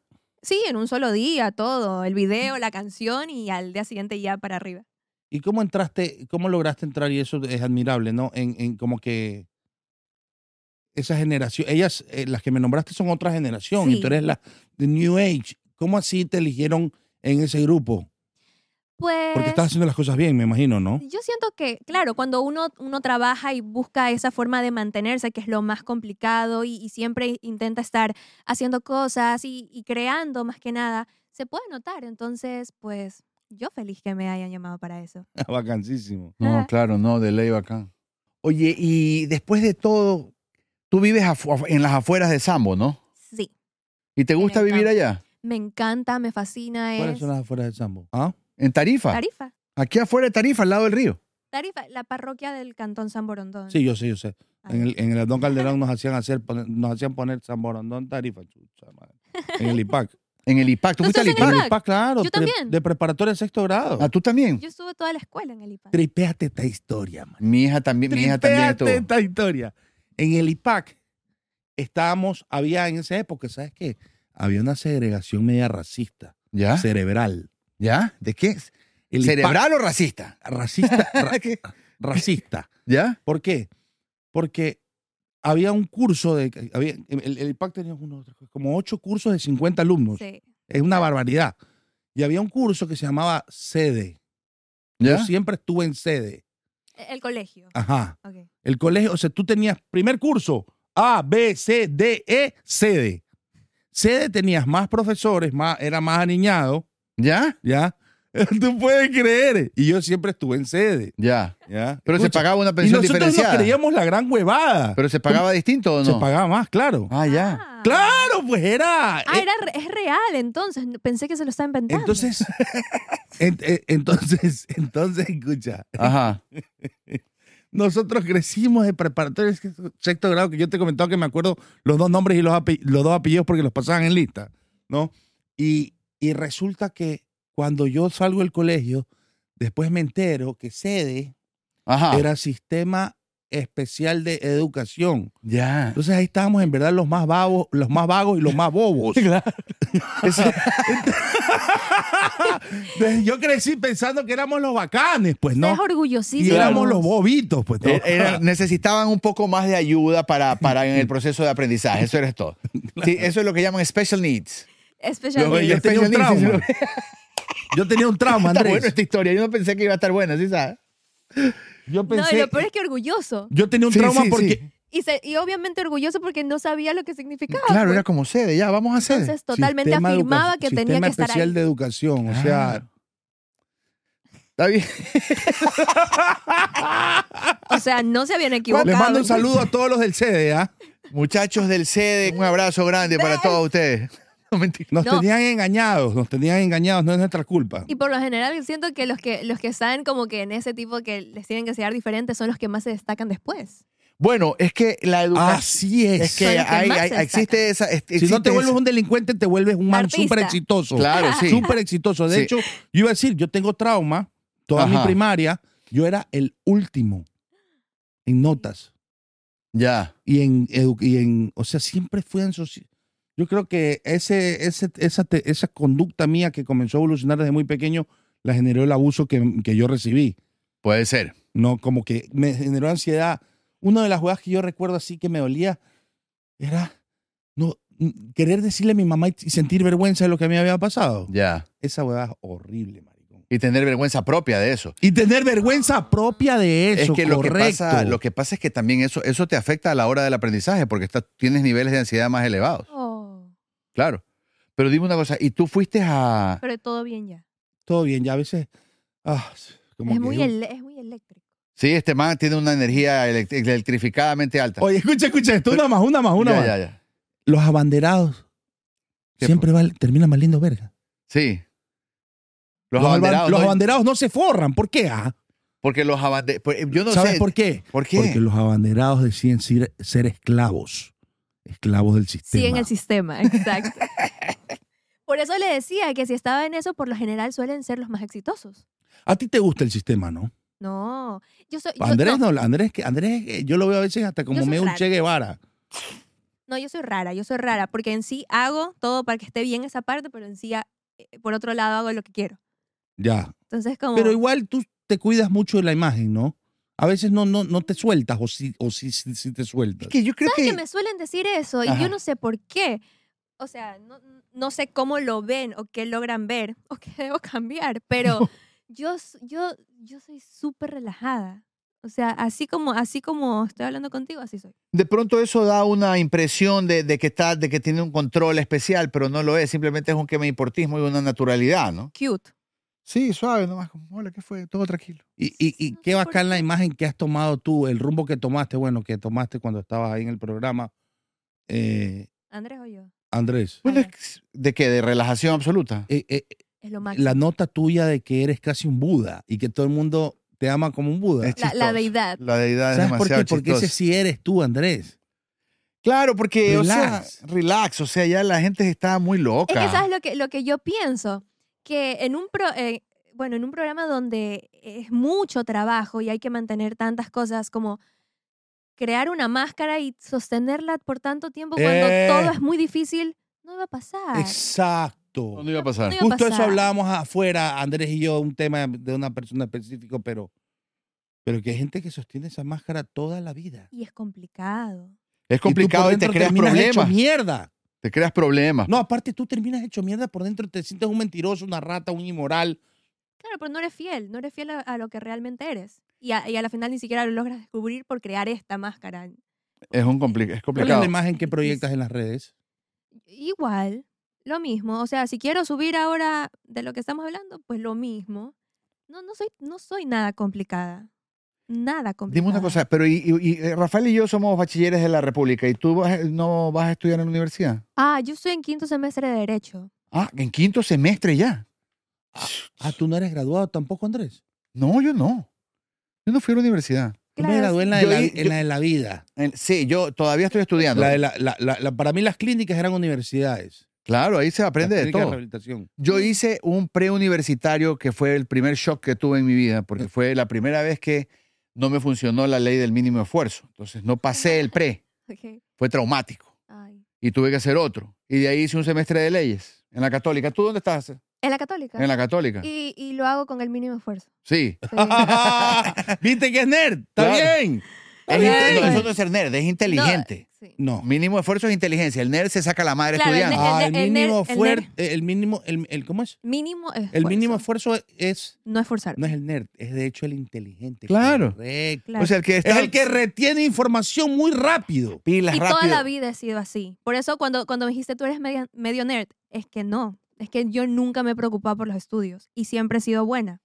[SPEAKER 2] Sí, en un solo día, todo, el video, la canción y al día siguiente ya para arriba.
[SPEAKER 1] ¿Y cómo entraste, cómo lograste entrar? Y eso es admirable, ¿no? En, en como que esa generación, ellas, eh, las que me nombraste son otra generación y
[SPEAKER 2] Sí.
[SPEAKER 1] tú eres la de New Age. ¿Cómo así te eligieron en ese grupo?
[SPEAKER 2] Pues
[SPEAKER 1] Porque estás haciendo las cosas bien, me imagino, ¿no?
[SPEAKER 2] yo siento que, claro, cuando uno, uno trabaja y busca esa forma de mantenerse, que es lo más complicado, y, y siempre intenta estar haciendo cosas y, y creando más que nada, se puede notar. Entonces, pues yo feliz que me hayan llamado para eso.
[SPEAKER 1] Vacancísimo.
[SPEAKER 2] Ah.
[SPEAKER 3] No, claro, no, de ley acá. Oye, y después de todo, tú vives afu- en las afueras de Sambo, ¿no?
[SPEAKER 2] Sí,
[SPEAKER 3] ¿Y te gusta
[SPEAKER 2] el
[SPEAKER 3] vivir
[SPEAKER 2] campo.
[SPEAKER 3] allá?
[SPEAKER 2] me encanta, me fascina.
[SPEAKER 1] ¿Cuáles
[SPEAKER 2] Es
[SPEAKER 1] son las afueras del Sambo? ¿Ah?
[SPEAKER 3] ¿En Tarifa?
[SPEAKER 2] Tarifa.
[SPEAKER 3] Aquí afuera de Tarifa, al lado del río.
[SPEAKER 2] Tarifa, la parroquia del Cantón San Borondón. Ah,
[SPEAKER 1] Sí, yo sé, yo sé.
[SPEAKER 2] Ahí.
[SPEAKER 1] En el, en el Adón Calderón nos hacían, hacer, poner- nos hacían poner San Borondón Tarifa. chucha madre. En el IPAC.
[SPEAKER 3] En el IPAC. ¿Tú
[SPEAKER 2] ¿Tú
[SPEAKER 3] fuiste al
[SPEAKER 2] estás en
[SPEAKER 1] En
[SPEAKER 3] IPAC?
[SPEAKER 1] el
[SPEAKER 2] IPAC?
[SPEAKER 1] IPAC, claro.
[SPEAKER 2] Yo
[SPEAKER 1] pre-
[SPEAKER 2] también.
[SPEAKER 1] de preparatoria de sexto grado.
[SPEAKER 3] ¿A tú también?
[SPEAKER 2] Yo estuve toda la escuela en el IPA.
[SPEAKER 1] Tripéate esta historia, man.
[SPEAKER 3] Mi hija también, mi hija también
[SPEAKER 1] Tripéate
[SPEAKER 3] estuvo.
[SPEAKER 1] esta historia. En el IPAC estábamos, había en esa época, ¿sabes qué? Había una segregación media racista,
[SPEAKER 3] ¿Ya?
[SPEAKER 1] cerebral.
[SPEAKER 3] ¿Ya? ¿De qué?
[SPEAKER 1] El IPAC-
[SPEAKER 3] ¿Ah? ¿Cerebral o racista?
[SPEAKER 1] racista, ra-
[SPEAKER 3] ¿Qué?
[SPEAKER 1] racista.
[SPEAKER 3] ¿Ya?
[SPEAKER 1] ¿Por qué? Porque había un curso de. Había, el, el IPAC tenía uno, dos, tres, cuatro, como ocho cursos de 50 alumnos.
[SPEAKER 2] Sí.
[SPEAKER 1] Es una barbaridad. Y había un curso que se llamaba sede.
[SPEAKER 3] ¿Ya?
[SPEAKER 1] Yo siempre estuve en sede.
[SPEAKER 2] e, El el colegio.
[SPEAKER 1] Ajá.
[SPEAKER 2] Ok.
[SPEAKER 1] El colegio, o sea, tú tenías primer curso, A, B, C, D, E, sede. Sede tenías más profesores, más, era más aniñado,
[SPEAKER 3] ¿Ya?
[SPEAKER 1] ¿ya? Tú puedes creer. Y yo siempre estuve en sede,
[SPEAKER 3] Ya.
[SPEAKER 1] ¿ya?
[SPEAKER 3] Pero se
[SPEAKER 1] Escucha,
[SPEAKER 3] pagaba una
[SPEAKER 1] Y
[SPEAKER 3] pensión
[SPEAKER 1] nosotros nos
[SPEAKER 3] diferenciada.
[SPEAKER 1] creíamos la gran huevada.
[SPEAKER 3] Pero se pagaba distinto o no?
[SPEAKER 1] Se pagaba más, claro.
[SPEAKER 3] Ah, ya.
[SPEAKER 2] Ah.
[SPEAKER 1] Claro, pues era.
[SPEAKER 2] Ah,
[SPEAKER 1] eh,
[SPEAKER 2] era, re- es real entonces. no- Pensé que se lo estaba inventando.
[SPEAKER 1] entonces, en- en- entonces, entonces, escucha.
[SPEAKER 2] Ah.
[SPEAKER 3] Ajá.
[SPEAKER 1] Nosotros crecimos de preparatoria es que sexto grado, que yo te comentaba que me acuerdo los dos nombres y los, ape- los dos apellidos porque los pasaban en lista, ¿no? Y, y resulta que cuando yo salgo del colegio, después me entero que sede
[SPEAKER 3] Ajá.
[SPEAKER 1] era Sistema Especial de Educación.
[SPEAKER 3] Ya.
[SPEAKER 1] Entonces ahí estábamos en verdad los más vagos, los más vagos y los más bobos.
[SPEAKER 3] Ese-
[SPEAKER 1] Entonces, yo crecí pensando que éramos los bacanes, pues, ¿no?
[SPEAKER 2] Ustedes
[SPEAKER 1] Y
[SPEAKER 2] orgullosísimos.
[SPEAKER 1] éramos los bobitos, pues. ¿no?
[SPEAKER 3] Eh, eran- necesitaban un poco más de ayuda para, para en el proceso de aprendizaje. Eso eres todo. Sí, eso es lo que llaman special needs.
[SPEAKER 2] Especial.
[SPEAKER 1] Lo- yo
[SPEAKER 3] Especial
[SPEAKER 1] tenía un
[SPEAKER 3] needs,
[SPEAKER 1] trauma.
[SPEAKER 3] sí,
[SPEAKER 1] Yo tenía un trauma,
[SPEAKER 3] Está buena
[SPEAKER 1] Andrés.
[SPEAKER 3] esta historia. Yo no pensé que iba a estar buena, ¿sí sabes?
[SPEAKER 1] Yo
[SPEAKER 2] No, y
[SPEAKER 1] pensé.
[SPEAKER 2] lo peor es que orgulloso.
[SPEAKER 1] Yo tenía un
[SPEAKER 3] Sí,
[SPEAKER 1] trauma
[SPEAKER 3] sí,
[SPEAKER 1] porque.
[SPEAKER 3] sí.
[SPEAKER 2] Y, se- y obviamente orgulloso porque no sabía lo que significaba.
[SPEAKER 3] Claro,
[SPEAKER 2] pues.
[SPEAKER 3] era como sede. Ya, vamos a sede.
[SPEAKER 2] Entonces totalmente
[SPEAKER 1] Sistema de
[SPEAKER 2] afirmaba
[SPEAKER 1] educa-
[SPEAKER 2] que tenía
[SPEAKER 1] Sistema
[SPEAKER 2] que estar
[SPEAKER 1] especial
[SPEAKER 2] ahí.
[SPEAKER 1] de educación, o sea.
[SPEAKER 3] Está bien.
[SPEAKER 2] O sea, no se habían equivocado.
[SPEAKER 1] Les mando un saludo a todos los del CDE, ¿ah?
[SPEAKER 3] Muchachos del sede, un abrazo grande para todos ustedes. No, mentira.
[SPEAKER 1] Nos
[SPEAKER 2] No.
[SPEAKER 1] tenían engañados, nos tenían engañados, no es nuestra culpa.
[SPEAKER 2] Y por lo general siento que los que los que están como que en ese tipo que les tienen que enseñar diferentes son los que más se destacan después.
[SPEAKER 3] Bueno, es que la educación.
[SPEAKER 1] Así es.
[SPEAKER 3] es que,
[SPEAKER 2] Son los que
[SPEAKER 3] hay-
[SPEAKER 2] más
[SPEAKER 3] hay-
[SPEAKER 2] se
[SPEAKER 3] existe esa. es-
[SPEAKER 1] si no
[SPEAKER 3] existe
[SPEAKER 1] te vuelves
[SPEAKER 3] esa-
[SPEAKER 1] un delincuente, te vuelves un man
[SPEAKER 2] Artista.
[SPEAKER 1] súper exitoso.
[SPEAKER 3] Claro, sí.
[SPEAKER 1] Súper exitoso. De
[SPEAKER 3] Sí.
[SPEAKER 1] hecho, yo iba a decir, yo tengo trauma, toda mi
[SPEAKER 3] Ajá.
[SPEAKER 1] primaria, yo era el último en notas.
[SPEAKER 3] Ya.
[SPEAKER 1] y en, edu- y en o sea, siempre fui en soci- Yo creo que ese, ese, esa, te- esa conducta mía que comenzó a evolucionar desde muy pequeño la generó el abuso que, que yo recibí,
[SPEAKER 3] Puede ser.
[SPEAKER 1] ¿no? Como que me generó ansiedad. Una de las jugadas que yo recuerdo así que me dolía era no, mm, querer decirle a mi mamá y, y sentir vergüenza de lo que a mí me había pasado.
[SPEAKER 3] Ya.
[SPEAKER 1] Esa hueá es horrible, maricón.
[SPEAKER 3] Y tener vergüenza propia de eso.
[SPEAKER 1] Y tener vergüenza propia de eso,
[SPEAKER 3] es que lo que,
[SPEAKER 1] correcto.
[SPEAKER 3] pasa, lo que pasa es que también eso, eso te afecta a la hora del aprendizaje porque estás- tienes niveles de ansiedad más elevados.
[SPEAKER 2] Oh,
[SPEAKER 3] Claro. Pero dime una cosa, ¿y tú fuiste a...
[SPEAKER 2] pero todo bien ya.
[SPEAKER 1] Todo bien, ya a veces... ah, como
[SPEAKER 2] Es
[SPEAKER 1] que
[SPEAKER 2] muy,
[SPEAKER 1] digo,
[SPEAKER 2] ele- es muy eléctrico.
[SPEAKER 3] Sí, este man tiene una energía elect- electrificadamente alta.
[SPEAKER 1] Oye, escucha, escucha esto, una más, una más, una
[SPEAKER 3] Ya,
[SPEAKER 1] más.
[SPEAKER 3] ya, ya.
[SPEAKER 1] Los abanderados
[SPEAKER 3] ¿Qué
[SPEAKER 1] siempre va- terminan más lindo verga.
[SPEAKER 3] Sí. Los,
[SPEAKER 1] aban-
[SPEAKER 3] abanderados.
[SPEAKER 1] los
[SPEAKER 3] no-
[SPEAKER 1] abanderados no se forran. ¿Por qué? ah?
[SPEAKER 3] porque los abanderados... Yo no
[SPEAKER 1] ¿Sabes
[SPEAKER 3] sé...
[SPEAKER 1] por qué?
[SPEAKER 3] ¿Por qué?
[SPEAKER 1] Porque los abanderados deciden ser, ser esclavos. Esclavos del sistema.
[SPEAKER 2] Sí, en el sistema, exacto. Por eso le decía que si estaba en eso, por lo general suelen ser los más exitosos.
[SPEAKER 1] A ti te gusta el sistema, ¿no?
[SPEAKER 2] No, yo soy, yo-
[SPEAKER 1] Andrés
[SPEAKER 2] no,
[SPEAKER 1] no, Andrés, que- Andrés eh, yo lo veo a veces hasta como
[SPEAKER 2] soy
[SPEAKER 1] medio un
[SPEAKER 2] rara.
[SPEAKER 1] Che Guevara.
[SPEAKER 2] no, yo soy rara, yo soy rara, porque en sí hago todo para que esté bien esa parte, pero en sí, a- eh, por otro lado, hago lo que quiero.
[SPEAKER 1] Ya.
[SPEAKER 2] Entonces, como...
[SPEAKER 3] Oh.
[SPEAKER 1] Pero igual tú te cuidas mucho de la imagen, ¿no? A veces no, no, no te sueltas o sí, o sí, sí- sí te
[SPEAKER 3] Es
[SPEAKER 1] sueltas.
[SPEAKER 3] que yo creo
[SPEAKER 2] ¿Sabes que me suelen decir eso? Y
[SPEAKER 3] Ajá.
[SPEAKER 2] yo no sé por qué. o sea, no, no sé cómo lo ven o qué logran ver o qué debo cambiar, pero yo, s- yo, yo soy súper relajada. O sea, así como, así como estoy hablando contigo, así soy.
[SPEAKER 3] De pronto eso da una impresión de, de que está, de que tiene un control especial, pero no lo es. Simplemente es un que me importismo y una naturalidad, ¿no?
[SPEAKER 2] Cute.
[SPEAKER 3] Sí, suave, nomás como, hola, ¿qué fue? Todo tranquilo.
[SPEAKER 1] Y, y, y
[SPEAKER 2] No
[SPEAKER 1] qué
[SPEAKER 2] sé por
[SPEAKER 1] bacán la imagen que has tomado tú, el rumbo que tomaste, bueno, que tomaste cuando estabas ahí en el programa, eh,
[SPEAKER 2] Andrés o yo.
[SPEAKER 1] Andrés.
[SPEAKER 3] Bueno,
[SPEAKER 2] Ajá.
[SPEAKER 3] es- ¿de qué? ¿De relajación absoluta?
[SPEAKER 1] eh, eh,
[SPEAKER 2] Es lo máximo.
[SPEAKER 1] la nota tuya de que eres casi un Buda y que todo el mundo te ama como un Buda.
[SPEAKER 3] Es
[SPEAKER 2] La- la
[SPEAKER 3] chistoso.
[SPEAKER 2] deidad.
[SPEAKER 3] La deidad es
[SPEAKER 1] ¿Sabes por
[SPEAKER 3] demasiado
[SPEAKER 1] qué? Porque
[SPEAKER 3] chistosa.
[SPEAKER 1] ese sí eres tú, Andrés.
[SPEAKER 3] Claro, porque,
[SPEAKER 1] Relax.
[SPEAKER 3] o sea, relax, o sea, ya la gente está muy loca.
[SPEAKER 2] Es que sabes lo que, lo que yo pienso, que en un, pro- eh, bueno, en un programa donde es mucho trabajo y hay que mantener tantas cosas como crear una máscara y sostenerla por tanto tiempo cuando
[SPEAKER 1] Eh.
[SPEAKER 2] todo es muy difícil, no va a pasar.
[SPEAKER 1] Exacto.
[SPEAKER 3] iba a pasar?
[SPEAKER 2] No iba a
[SPEAKER 1] Justo eso
[SPEAKER 2] pasar.
[SPEAKER 1] hablábamos afuera, Andrés y yo, un tema de una persona específico, pero, pero que hay gente que sostiene esa máscara toda la vida.
[SPEAKER 2] Y es complicado.
[SPEAKER 3] Es complicado y,
[SPEAKER 1] tú por
[SPEAKER 3] te
[SPEAKER 1] dentro
[SPEAKER 3] creas
[SPEAKER 1] terminas
[SPEAKER 3] problemas.
[SPEAKER 1] hecho mierda.
[SPEAKER 3] Te creas problemas.
[SPEAKER 1] No, aparte tú terminas hecho mierda por dentro, te sientes un mentiroso, una rata, un inmoral.
[SPEAKER 2] Claro, pero no eres fiel, no eres fiel a, a lo que realmente eres. Y a, y a la final ni siquiera lo logras descubrir por crear esta máscara.
[SPEAKER 3] Es, un compli- es
[SPEAKER 1] ¿Cuál es
[SPEAKER 3] complicado.
[SPEAKER 1] la imagen que proyectas en las redes?
[SPEAKER 2] Igual, lo mismo. O sea, si quiero subir ahora de lo que estamos hablando, pues lo mismo. No, no soy, no soy nada complicada. Nada complicada.
[SPEAKER 3] Dime una cosa, pero y, y- y, eh, Rafael y yo somos bachilleres de la República y tú vas- no vas a estudiar en la universidad.
[SPEAKER 2] Ah, yo estoy en quinto semestre de Derecho.
[SPEAKER 3] Ah, en quinto semestre ya.
[SPEAKER 1] Ah, tú no eres graduado tampoco, Andrés.
[SPEAKER 3] No, yo no. Yo no fui a la universidad.
[SPEAKER 1] Yo me gradué en la,
[SPEAKER 3] Yo
[SPEAKER 1] de la,
[SPEAKER 3] di-
[SPEAKER 1] en
[SPEAKER 3] yo-
[SPEAKER 1] la de la vida.
[SPEAKER 3] En- sí, yo todavía estoy estudiando.
[SPEAKER 1] La de la- la- la- la- para mí las clínicas eran universidades.
[SPEAKER 3] Claro, ahí se aprende
[SPEAKER 1] Las
[SPEAKER 3] de
[SPEAKER 1] clínicas
[SPEAKER 3] todo.
[SPEAKER 1] rehabilitación.
[SPEAKER 3] Yo hice un preuniversitario que fue el primer shock que tuve en mi vida, porque fue la primera vez que no me funcionó la ley del mínimo esfuerzo. Entonces no pasé el pre,
[SPEAKER 2] Ok.
[SPEAKER 3] fue traumático
[SPEAKER 2] Ay.
[SPEAKER 3] y tuve que hacer otro. Y de ahí hice un semestre de leyes en la católica. ¿Tú dónde estás?
[SPEAKER 2] En la católica.
[SPEAKER 3] En la católica.
[SPEAKER 2] Y, y lo hago con el mínimo esfuerzo.
[SPEAKER 3] Sí.
[SPEAKER 2] Sí.
[SPEAKER 1] ¿Viste que es nerd? ¿Está
[SPEAKER 3] Claro.
[SPEAKER 1] bien?
[SPEAKER 3] Es
[SPEAKER 2] bien.
[SPEAKER 3] inte- no, eso no es ser nerd, es inteligente.
[SPEAKER 2] No, sí.
[SPEAKER 1] No.
[SPEAKER 3] Mínimo esfuerzo es inteligencia. El nerd se saca la madre
[SPEAKER 2] Claro, el
[SPEAKER 3] estudiando.
[SPEAKER 2] nerd-
[SPEAKER 1] Ah, el
[SPEAKER 2] el
[SPEAKER 1] mínimo
[SPEAKER 2] nerd- el
[SPEAKER 1] fuerte, el mínimo, el, el- ¿cómo es?
[SPEAKER 2] Mínimo esfuerzo.
[SPEAKER 1] El mínimo esfuerzo es,
[SPEAKER 2] No esforzarme.
[SPEAKER 1] no es el nerd, es de hecho el inteligente.
[SPEAKER 3] Claro.
[SPEAKER 1] correcto.
[SPEAKER 2] Claro.
[SPEAKER 3] O sea, el que está
[SPEAKER 1] Es el que retiene información muy rápido.
[SPEAKER 3] pilas
[SPEAKER 2] y
[SPEAKER 3] rápido.
[SPEAKER 2] toda la vida he sido así. Por eso cuando, cuando me dijiste tú eres media- medio nerd, es que no. Es que yo nunca me he preocupado por los estudios y siempre he sido buena.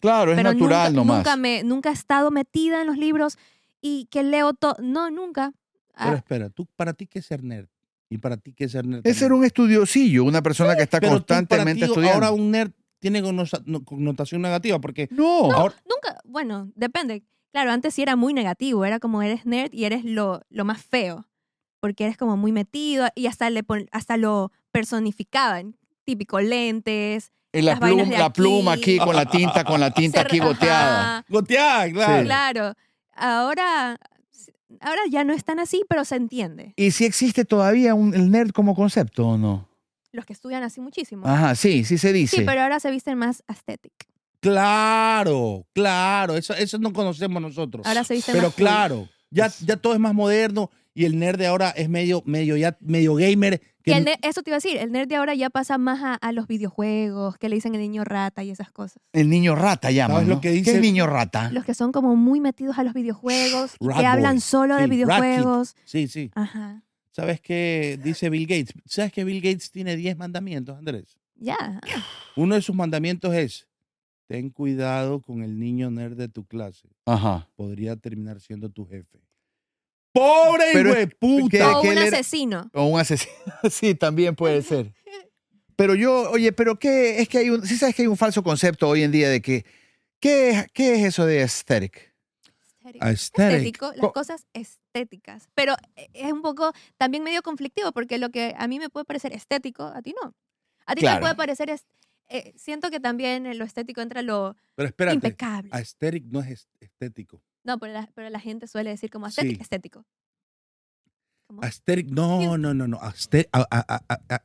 [SPEAKER 3] Claro, es
[SPEAKER 2] pero
[SPEAKER 3] natural
[SPEAKER 2] nunca,
[SPEAKER 3] nomás.
[SPEAKER 2] Nunca, me, nunca he estado metida en los libros y que leo todo. No, nunca. Ah,
[SPEAKER 1] Pero espera, tú, ¿para ti qué es ser nerd? ¿Y para ti qué es ser nerd?
[SPEAKER 3] Es ser
[SPEAKER 1] también?
[SPEAKER 3] un estudiosillo, una persona que está
[SPEAKER 1] Pero tú, para
[SPEAKER 3] constantemente
[SPEAKER 1] ti,
[SPEAKER 3] estudiando.
[SPEAKER 1] Ahora un nerd tiene conno- no- connotación negativa porque
[SPEAKER 3] No,
[SPEAKER 1] ahora,
[SPEAKER 2] nunca, bueno, depende. Claro, antes sí era muy negativo, era como eres nerd y eres lo, lo más feo, porque eres como muy metido y hasta, le pon- hasta lo personificaban, típico lentes,
[SPEAKER 3] en la,
[SPEAKER 2] las vainas
[SPEAKER 3] plum-
[SPEAKER 2] de
[SPEAKER 3] la
[SPEAKER 2] aquí.
[SPEAKER 3] pluma aquí con la tinta, con la tinta
[SPEAKER 2] ser-
[SPEAKER 3] aquí goteada.
[SPEAKER 2] ajá,
[SPEAKER 1] goteada, claro.
[SPEAKER 2] Claro, ahora, ahora ya no están así, pero se entiende.
[SPEAKER 3] ¿Y si existe todavía un, el nerd como concepto o no?
[SPEAKER 2] Los que estudian así muchísimo.
[SPEAKER 3] Ajá, sí, sí se dice.
[SPEAKER 2] sí, pero ahora se visten más aesthetic.
[SPEAKER 1] Claro, claro, eso, eso no conocemos nosotros.
[SPEAKER 2] Ahora se visten
[SPEAKER 1] Pero
[SPEAKER 2] más cool.
[SPEAKER 1] claro, ya,
[SPEAKER 3] Pues
[SPEAKER 1] ya todo es más moderno y el nerd de ahora es medio, medio, ya, medio gamer. que
[SPEAKER 2] Y el nerd- eso te iba a decir, el nerd de ahora ya pasa más a, a los videojuegos, que le dicen el niño rata y esas cosas.
[SPEAKER 3] El niño rata llama.
[SPEAKER 1] ¿Sabes lo
[SPEAKER 3] ¿no?
[SPEAKER 1] que dice?
[SPEAKER 3] ¿Qué es niño rata?
[SPEAKER 2] Los que son como muy metidos a los videojuegos,
[SPEAKER 1] Ah.
[SPEAKER 2] y
[SPEAKER 1] Rat
[SPEAKER 2] que
[SPEAKER 1] boy.
[SPEAKER 2] hablan solo de
[SPEAKER 1] Sí, rat kid.
[SPEAKER 2] videojuegos.
[SPEAKER 1] Sí, sí.
[SPEAKER 2] Ajá.
[SPEAKER 1] ¿Sabes qué dice Bill Gates? ¿Sabes que Bill Gates tiene 10 mandamientos, Andrés?
[SPEAKER 2] Ya.
[SPEAKER 1] Uno de sus mandamientos es, ten cuidado con el niño nerd de tu clase.
[SPEAKER 3] Ajá.
[SPEAKER 1] Podría terminar siendo tu jefe. ¡Pobre
[SPEAKER 3] Pero es-
[SPEAKER 1] hijueputa!
[SPEAKER 3] ¿qué?
[SPEAKER 2] O
[SPEAKER 3] que
[SPEAKER 2] un
[SPEAKER 3] él era-
[SPEAKER 2] asesino.
[SPEAKER 3] O un asesino. sí, también puede ser. Pero yo, oye, pero qué es que hay un, sí sabes que hay un falso concepto hoy en día de que qué es, qué es eso de aesthetic.
[SPEAKER 1] Aesthetic.
[SPEAKER 2] Estético, las
[SPEAKER 3] Co-
[SPEAKER 2] cosas estéticas. Pero eh, es un poco también medio conflictivo porque lo que a mí me puede parecer estético, a ti no. A ti
[SPEAKER 3] Claro.
[SPEAKER 2] te puede parecer... es- eh, siento que también eh, lo estético entra lo
[SPEAKER 1] Pero espérate,
[SPEAKER 2] impecable.
[SPEAKER 1] aesthetic no es est- estético.
[SPEAKER 2] No, pero la, pero la gente suele decir como
[SPEAKER 1] Sí.
[SPEAKER 2] estético. estético. Como
[SPEAKER 1] Aesthetic, no,
[SPEAKER 2] Cute.
[SPEAKER 1] no, no, no. Aesthetic, a- a- a- a- a-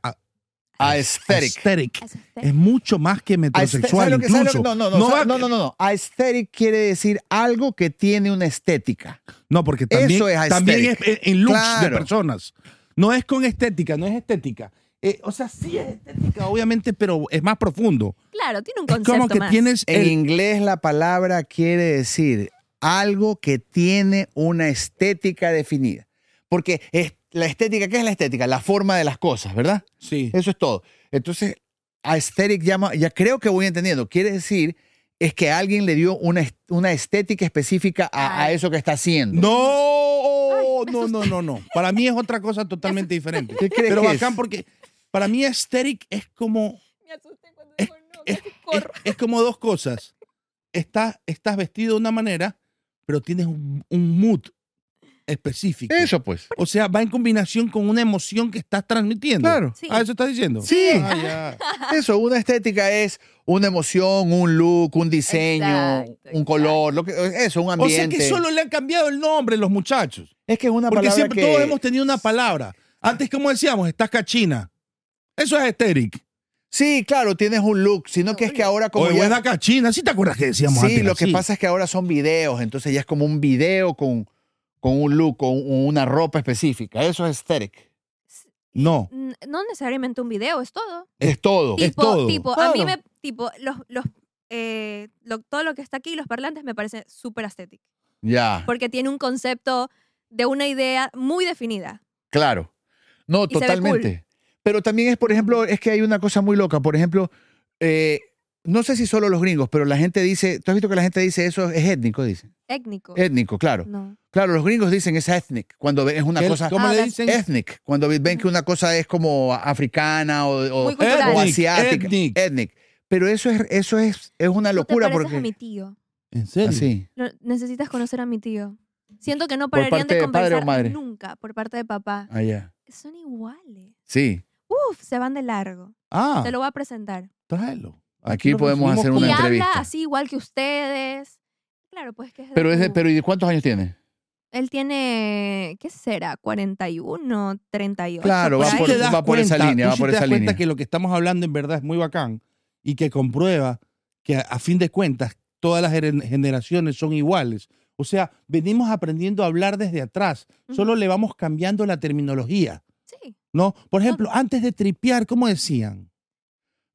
[SPEAKER 1] a-
[SPEAKER 3] Aesthetic.
[SPEAKER 1] aesthetic.
[SPEAKER 2] es
[SPEAKER 1] Es
[SPEAKER 2] estético.
[SPEAKER 1] mucho más que
[SPEAKER 3] Aeste-
[SPEAKER 1] metrosexual.
[SPEAKER 3] ¿sabes lo que- sabes lo que-
[SPEAKER 1] incluso.
[SPEAKER 3] no, no, no,
[SPEAKER 1] va-
[SPEAKER 3] ¿sabes? no, no, no, no. Aesthetic quiere decir algo que tiene una estética.
[SPEAKER 1] No, porque también,
[SPEAKER 3] Eso es
[SPEAKER 1] también es
[SPEAKER 3] aesthetic.
[SPEAKER 1] en en looks de
[SPEAKER 3] Claro.
[SPEAKER 1] personas. No es con estética, no es estética. Eh, o sea, sí es estética, obviamente, pero es más profundo.
[SPEAKER 2] Claro, tiene un
[SPEAKER 1] Es
[SPEAKER 2] concepto
[SPEAKER 1] como que
[SPEAKER 2] más.
[SPEAKER 1] tienes
[SPEAKER 3] En
[SPEAKER 1] el-
[SPEAKER 3] inglés la palabra quiere decir algo que tiene una estética definida. Porque es, la estética, ¿qué es la estética? La forma de las cosas, ¿verdad?
[SPEAKER 1] Sí.
[SPEAKER 3] Eso es todo. Entonces, aesthetic llama, ya creo que voy entendiendo, quiere decir es que alguien le dio una, est- una estética específica a, a
[SPEAKER 2] Ay.
[SPEAKER 3] eso que está haciendo.
[SPEAKER 1] No, no, no, no, no. Para mí es otra cosa totalmente diferente.
[SPEAKER 3] ¿Qué crees
[SPEAKER 1] Pero
[SPEAKER 3] que es?
[SPEAKER 1] bacán porque para mí aesthetic es como
[SPEAKER 2] Me asusté cuando
[SPEAKER 1] Es-
[SPEAKER 2] dijo no,
[SPEAKER 1] es-
[SPEAKER 2] casi
[SPEAKER 1] es,
[SPEAKER 2] corro.
[SPEAKER 1] es como dos cosas. Estás, estás vestido de una manera, pero tienes un, un mood específico.
[SPEAKER 3] Eso pues.
[SPEAKER 1] O sea, va en combinación con una emoción que estás transmitiendo.
[SPEAKER 3] Claro.
[SPEAKER 2] Sí.
[SPEAKER 1] Ah, eso estás diciendo.
[SPEAKER 3] Sí.
[SPEAKER 1] Ah, ya.
[SPEAKER 3] Eso, una estética es una emoción, un look, un diseño,
[SPEAKER 2] Exacto,
[SPEAKER 3] un color, lo que, eso, un
[SPEAKER 1] O
[SPEAKER 3] ambiente.
[SPEAKER 1] sea que solo le han cambiado el nombre los muchachos.
[SPEAKER 3] Es que es una
[SPEAKER 1] Porque
[SPEAKER 3] palabra
[SPEAKER 1] siempre
[SPEAKER 3] que...
[SPEAKER 1] todos hemos tenido una palabra. Antes, como decíamos, estás cachina. Eso es estéril.
[SPEAKER 3] Sí, claro, tienes un look, sino que es que ahora como
[SPEAKER 1] Oye,
[SPEAKER 3] ya-
[SPEAKER 1] buena cachina. ¿Sí te acuerdas que decíamos antes?
[SPEAKER 3] Sí, lo que
[SPEAKER 1] así?
[SPEAKER 3] pasa es que ahora son videos, entonces ya es como un video con, con un look, con una ropa específica. Eso es aesthetic.
[SPEAKER 1] No.
[SPEAKER 2] N- No necesariamente un video, es todo.
[SPEAKER 3] Es todo.
[SPEAKER 1] Es
[SPEAKER 2] tipo,
[SPEAKER 1] todo.
[SPEAKER 2] tipo, a
[SPEAKER 3] Claro.
[SPEAKER 2] mí me, tipo, los, los, eh, lo- todo lo que está aquí, los parlantes, me parece súper estético.
[SPEAKER 3] Ya,
[SPEAKER 2] Porque tiene un concepto de una idea muy definida.
[SPEAKER 3] claro. No,
[SPEAKER 2] se ve
[SPEAKER 3] totalmente. Pero también es, por ejemplo, es que hay una cosa muy loca. Por ejemplo, eh, no sé si solo los gringos, pero la gente dice, ¿tú has visto que la gente dice eso es étnico? Dice.
[SPEAKER 2] Étnico.
[SPEAKER 3] Étnico, claro.
[SPEAKER 2] No.
[SPEAKER 3] Claro, los gringos dicen es ethnic, cuando ven- es una
[SPEAKER 1] ¿Qué-
[SPEAKER 3] cosa...
[SPEAKER 1] ¿Cómo
[SPEAKER 2] Ah,
[SPEAKER 1] le
[SPEAKER 2] that's-
[SPEAKER 1] dicen?
[SPEAKER 3] Ethnic, cuando ven que una cosa es como africana o, o-
[SPEAKER 2] Muy cultural.
[SPEAKER 3] o
[SPEAKER 1] Ethnic,
[SPEAKER 3] asiática.
[SPEAKER 1] ethnic.
[SPEAKER 3] ethnic. Pero eso es, eso es, es una
[SPEAKER 2] ¿No te
[SPEAKER 3] locura
[SPEAKER 2] pareces a mi
[SPEAKER 3] porque. Ah,
[SPEAKER 2] tío.
[SPEAKER 1] ¿En serio?
[SPEAKER 3] Así.
[SPEAKER 2] No, necesitas conocer a mi tío. Siento que no
[SPEAKER 3] ¿Por
[SPEAKER 2] pararían
[SPEAKER 3] parte
[SPEAKER 2] de
[SPEAKER 3] de padre o
[SPEAKER 2] conversar
[SPEAKER 3] madre?
[SPEAKER 2] nunca por parte de
[SPEAKER 1] Ah.
[SPEAKER 2] papá.
[SPEAKER 3] Allá.
[SPEAKER 2] Son iguales.
[SPEAKER 3] ah, Sí.
[SPEAKER 2] Uf, se van de largo.
[SPEAKER 1] Ah,
[SPEAKER 2] Te lo voy a presentar.
[SPEAKER 1] tráelo.
[SPEAKER 3] Aquí
[SPEAKER 1] lo
[SPEAKER 3] podemos
[SPEAKER 1] recibimos
[SPEAKER 3] hacer
[SPEAKER 1] como-
[SPEAKER 3] una
[SPEAKER 2] y
[SPEAKER 3] entrevista.
[SPEAKER 2] habla así igual que ustedes. Claro, pues que es de
[SPEAKER 3] Pero es de,
[SPEAKER 2] tu-
[SPEAKER 3] pero ¿y de cuántos años tiene?
[SPEAKER 2] Él tiene, ¿qué será? 41, 38.
[SPEAKER 3] Claro,
[SPEAKER 2] por
[SPEAKER 3] va
[SPEAKER 1] Tú
[SPEAKER 2] ahí.
[SPEAKER 3] por-
[SPEAKER 1] sí te das
[SPEAKER 3] va por esa
[SPEAKER 1] cuenta,
[SPEAKER 3] línea,
[SPEAKER 1] tú
[SPEAKER 3] va
[SPEAKER 1] sí
[SPEAKER 3] por
[SPEAKER 1] te
[SPEAKER 3] esa
[SPEAKER 1] das cuenta
[SPEAKER 3] línea.
[SPEAKER 1] que lo que estamos hablando en verdad es muy bacán y que comprueba que a, a fin de cuentas todas las geren- generaciones son iguales. O sea, venimos aprendiendo a hablar desde atrás,
[SPEAKER 2] Ujú.
[SPEAKER 1] solo le vamos cambiando la terminología,
[SPEAKER 2] Sí.
[SPEAKER 1] ¿no? Por ejemplo, antes de tripear, ¿cómo decían?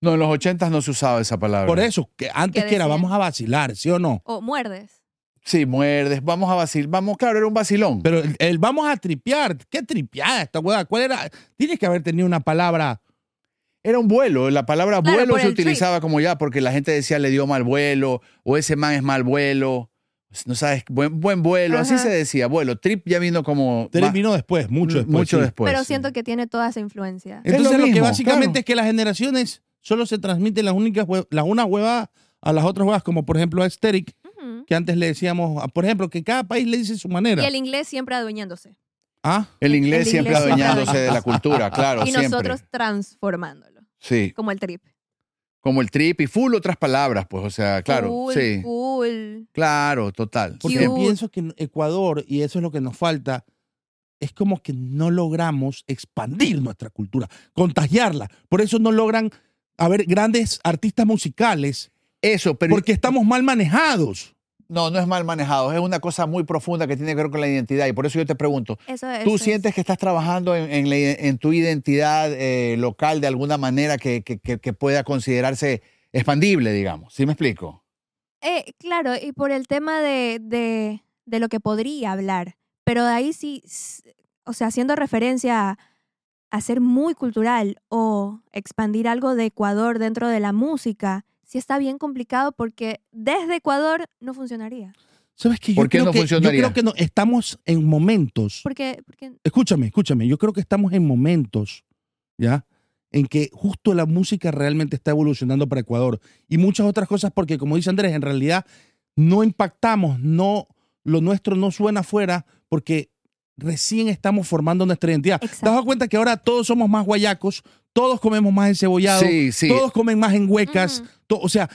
[SPEAKER 3] No, en los 80 no se usaba esa palabra.
[SPEAKER 1] Por eso, que antes
[SPEAKER 2] ¿Qué
[SPEAKER 1] que era
[SPEAKER 2] decían?
[SPEAKER 1] vamos a vacilar, ¿sí o no?
[SPEAKER 2] O muerdes.
[SPEAKER 3] Sí, muerdes, vamos a vacilar. Vamos, claro, era un vacilón.
[SPEAKER 1] Pero el, el vamos a tripear, ¿qué tripeada esta hueá? ¿Cuál era? Tienes que haber tenido una palabra
[SPEAKER 3] era un vuelo. La palabra
[SPEAKER 2] Claro,
[SPEAKER 3] vuelo
[SPEAKER 2] por
[SPEAKER 3] se
[SPEAKER 2] el trip.
[SPEAKER 3] utilizaba como ya, porque la gente decía le dio mal vuelo, o ese man es mal vuelo. No sabes, buen, buen vuelo. Así
[SPEAKER 2] Ajá.
[SPEAKER 3] se decía, vuelo. Trip ya vino como.
[SPEAKER 1] Tres
[SPEAKER 3] va-
[SPEAKER 1] vino después, mucho después.
[SPEAKER 3] Mucho
[SPEAKER 1] sí.
[SPEAKER 3] después.
[SPEAKER 2] pero
[SPEAKER 3] Pues sí.
[SPEAKER 2] siento que tiene toda esa influencia.
[SPEAKER 3] Es
[SPEAKER 1] Entonces
[SPEAKER 3] lo
[SPEAKER 1] lo, que
[SPEAKER 3] mismo,
[SPEAKER 1] básicamente
[SPEAKER 3] claro.
[SPEAKER 1] es que las generaciones solo se transmiten las únicas hue- las unas huevas a las otras huevas, como por ejemplo a Aesthetic,
[SPEAKER 3] Eh,
[SPEAKER 2] Ujú.
[SPEAKER 1] que antes le decíamos, ah, por ejemplo, que cada país le dice su manera.
[SPEAKER 2] Y el inglés siempre adueñándose.
[SPEAKER 1] Ah,
[SPEAKER 3] El
[SPEAKER 2] El
[SPEAKER 3] inglés
[SPEAKER 2] inglés
[SPEAKER 3] siempre
[SPEAKER 2] siempre
[SPEAKER 3] adueñándose
[SPEAKER 2] adueña-
[SPEAKER 3] de la cultura, claro,
[SPEAKER 2] y
[SPEAKER 3] siempre.
[SPEAKER 2] nosotros transformándolo.
[SPEAKER 3] Sí,
[SPEAKER 2] Como el trip.
[SPEAKER 3] como el trip y full otras palabras, pues, o sea, claro,
[SPEAKER 2] Cool,
[SPEAKER 3] sí.
[SPEAKER 2] cool.
[SPEAKER 3] Claro, total.
[SPEAKER 1] porque
[SPEAKER 2] Cute.
[SPEAKER 1] pienso que en Ecuador, y eso es lo que nos falta, es como que no logramos expandir nuestra cultura, contagiarla. Por eso no logran haber grandes artistas musicales,
[SPEAKER 3] Eso, pero
[SPEAKER 1] porque estamos mal manejados.
[SPEAKER 3] no, no es mal manejado, es una cosa muy profunda que tiene que ver con la identidad y por eso yo te pregunto,
[SPEAKER 2] Eso es.
[SPEAKER 3] ¿tú sientes que estás trabajando en, en la- en tu identidad eh, local de alguna manera que, que- que- que pueda considerarse expandible, digamos? ¿Sí me explico?
[SPEAKER 2] Eh, claro, y por el tema de, de, de lo que podría hablar. Pero de ahí sí, s- o sea, haciendo referencia a, a ser muy cultural o expandir algo de Ecuador dentro de la música, sí está bien complicado porque desde Ecuador no funcionaría.
[SPEAKER 1] ¿Sabes qué? Yo
[SPEAKER 3] ¿Por qué
[SPEAKER 1] creo
[SPEAKER 3] no
[SPEAKER 1] que-
[SPEAKER 3] funcionaría?
[SPEAKER 1] Yo creo que no, estamos en momentos
[SPEAKER 2] Porque, porque
[SPEAKER 1] escúchame, escúchame, yo creo que estamos en momentos, ¿ya? En que justo la música realmente está evolucionando para Ecuador y muchas otras cosas porque, como dice Andrés, en realidad no impactamos, no, lo nuestro no suena afuera porque recién estamos formando nuestra identidad. ¿Te
[SPEAKER 2] Exacto.
[SPEAKER 1] has dado cuenta que ahora todos somos más guayacos, todos comemos más encebollado,
[SPEAKER 3] Sí, sí.
[SPEAKER 1] todos comen más en huecas,
[SPEAKER 2] Ujú.
[SPEAKER 1] to- o sea...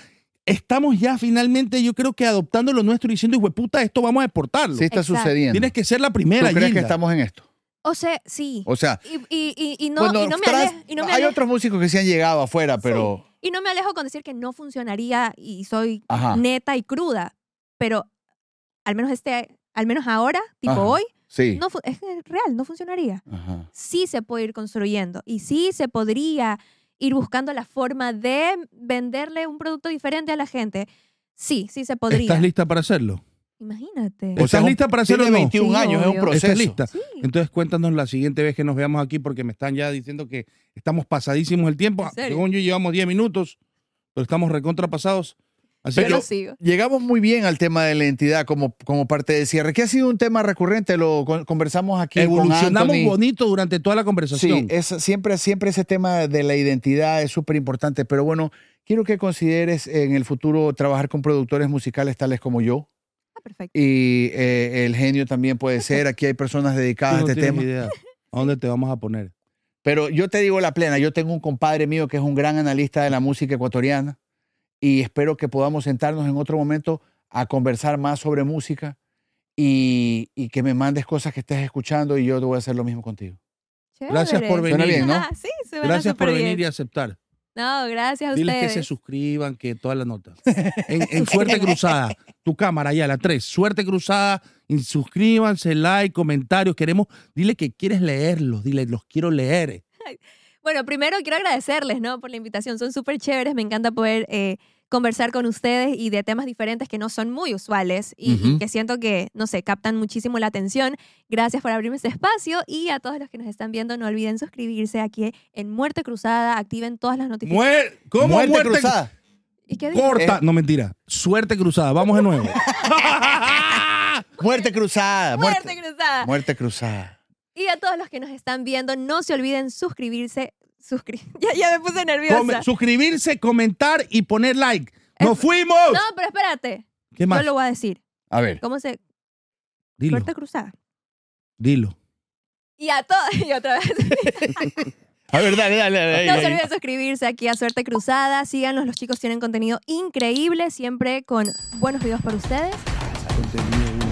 [SPEAKER 1] Estamos ya finalmente, yo creo que adoptando lo nuestro y diciendo, hijo puta, esto vamos a exportarlo.
[SPEAKER 3] Sí está
[SPEAKER 2] Exacto.
[SPEAKER 3] sucediendo.
[SPEAKER 1] Tienes que ser la
[SPEAKER 3] ¿Tú
[SPEAKER 1] primera.
[SPEAKER 3] crees que
[SPEAKER 1] Gilda.
[SPEAKER 3] estamos en esto?
[SPEAKER 2] O sea, sí.
[SPEAKER 3] O sea,
[SPEAKER 2] Y, y- y- y no,
[SPEAKER 3] bueno,
[SPEAKER 2] y no me
[SPEAKER 3] tras-
[SPEAKER 2] alejo, y no me
[SPEAKER 3] hay
[SPEAKER 2] alejo-
[SPEAKER 3] otros músicos que sí han llegado afuera, pero...
[SPEAKER 2] y no me alejo con decir que no funcionaría y soy
[SPEAKER 3] Ajá.
[SPEAKER 2] neta y cruda, pero al menos este, al menos ahora, tipo
[SPEAKER 3] Ajá.
[SPEAKER 2] hoy,
[SPEAKER 3] Sí.
[SPEAKER 2] No, fu- es que es real, no funcionaría.
[SPEAKER 3] Ajá.
[SPEAKER 2] Sí se puede ir construyendo y sí se podría ir buscando la forma de venderle un producto diferente a la gente. Sí, sí se podría.
[SPEAKER 1] ¿Estás lista para hacerlo?
[SPEAKER 2] Imagínate.
[SPEAKER 1] ¿Estás
[SPEAKER 3] es un-
[SPEAKER 1] lista para hacerlo
[SPEAKER 3] Tiene
[SPEAKER 1] o no?
[SPEAKER 3] 21
[SPEAKER 2] Sí,
[SPEAKER 3] años, es un
[SPEAKER 2] obvio.
[SPEAKER 3] proceso.
[SPEAKER 1] ¿Estás lista?
[SPEAKER 2] Sí.
[SPEAKER 1] Entonces cuéntanos la siguiente vez que nos veamos aquí porque me están ya diciendo que estamos pasadísimos el tiempo.
[SPEAKER 2] ¿En serio?
[SPEAKER 1] Según yo llevamos 10 minutos, pero estamos recontrapasados. Así
[SPEAKER 2] Yo
[SPEAKER 1] que
[SPEAKER 2] lo sigo.
[SPEAKER 3] Llegamos muy bien al tema de la identidad como, como parte de cierre, que ha sido un tema recurrente, lo con- conversamos aquí
[SPEAKER 1] evolucionamos
[SPEAKER 3] con Anthony.
[SPEAKER 1] bonito durante toda la
[SPEAKER 3] Sí,
[SPEAKER 1] conversación.
[SPEAKER 3] es, siempre, siempre ese tema de la identidad es súper importante, pero bueno, quiero que consideres en el futuro trabajar con productores musicales tales como yo
[SPEAKER 2] Ah, perfecto.
[SPEAKER 3] y eh, el genio también puede ser, aquí hay personas
[SPEAKER 1] Tú
[SPEAKER 3] dedicadas
[SPEAKER 1] no
[SPEAKER 3] a este
[SPEAKER 1] tienes
[SPEAKER 3] tema,
[SPEAKER 1] idea a dónde te vamos a poner.
[SPEAKER 3] pero yo te digo la plena, yo tengo un compadre mío que es un gran analista de la música ecuatoriana y espero que podamos sentarnos en otro momento a conversar más sobre música y, y que me mandes cosas que estés escuchando y yo te voy a hacer lo mismo contigo.
[SPEAKER 1] gracias por
[SPEAKER 2] Chévere.
[SPEAKER 1] venir. Suena
[SPEAKER 3] bien, ¿no?
[SPEAKER 2] Ah, sí, suena
[SPEAKER 1] Gracias por
[SPEAKER 2] superbién.
[SPEAKER 1] venir y aceptar.
[SPEAKER 2] No, gracias a
[SPEAKER 1] Diles que
[SPEAKER 2] ustedes.
[SPEAKER 1] se suscriban, que toda la nota. En, en Suerte Cruzada, tu cámara ya, la 3. Suerte Cruzada, y suscríbanse, like, comentarios. Queremos, dile que quieres leerlos, dile, los quiero leer.
[SPEAKER 2] Bueno, primero quiero agradecerles, ¿no? Por la invitación. Son súper chéveres. Me encanta poder eh, conversar con ustedes y de temas diferentes que no son muy usuales y, y
[SPEAKER 1] Ujú.
[SPEAKER 2] que siento que, no sé, captan muchísimo la atención. Gracias por abrirme este espacio y a todos los que nos están viendo, no olviden suscribirse aquí en Muerte Cruzada. Activen todas las notificaciones.
[SPEAKER 1] Muer- ¿Cómo
[SPEAKER 3] Muerte
[SPEAKER 1] muerte,
[SPEAKER 3] cruzada.
[SPEAKER 2] ¿Y qué dije?
[SPEAKER 1] Corta.
[SPEAKER 3] Eh.
[SPEAKER 1] No, mentira. Suerte Cruzada, vamos de nuevo.
[SPEAKER 3] Muerte cruzada.
[SPEAKER 2] Muerte,
[SPEAKER 3] Muerte,
[SPEAKER 2] Cruzada.
[SPEAKER 3] muerte cruzada.
[SPEAKER 2] y a todos los que nos están viendo, no se olviden suscribirse. Suscri ya, ya me puse nerviosa.
[SPEAKER 1] Come- suscribirse, comentar y poner like. ¡Nos fuimos!
[SPEAKER 2] no, pero espérate.
[SPEAKER 1] ¿Qué más?
[SPEAKER 2] Yo lo voy a decir.
[SPEAKER 3] A ver.
[SPEAKER 2] ¿Cómo se...?
[SPEAKER 1] Dilo,
[SPEAKER 2] Muerte Cruzada.
[SPEAKER 1] dilo.
[SPEAKER 2] Y a todos, y otra vez.
[SPEAKER 3] A ver, dale, dale, dale.
[SPEAKER 2] No
[SPEAKER 3] ahí,
[SPEAKER 2] se
[SPEAKER 3] ahí.
[SPEAKER 2] olviden suscribirse aquí a Suerte Cruzada. Síganos, los chicos tienen contenido increíble, siempre con buenos videos para ustedes.
[SPEAKER 1] Contenido.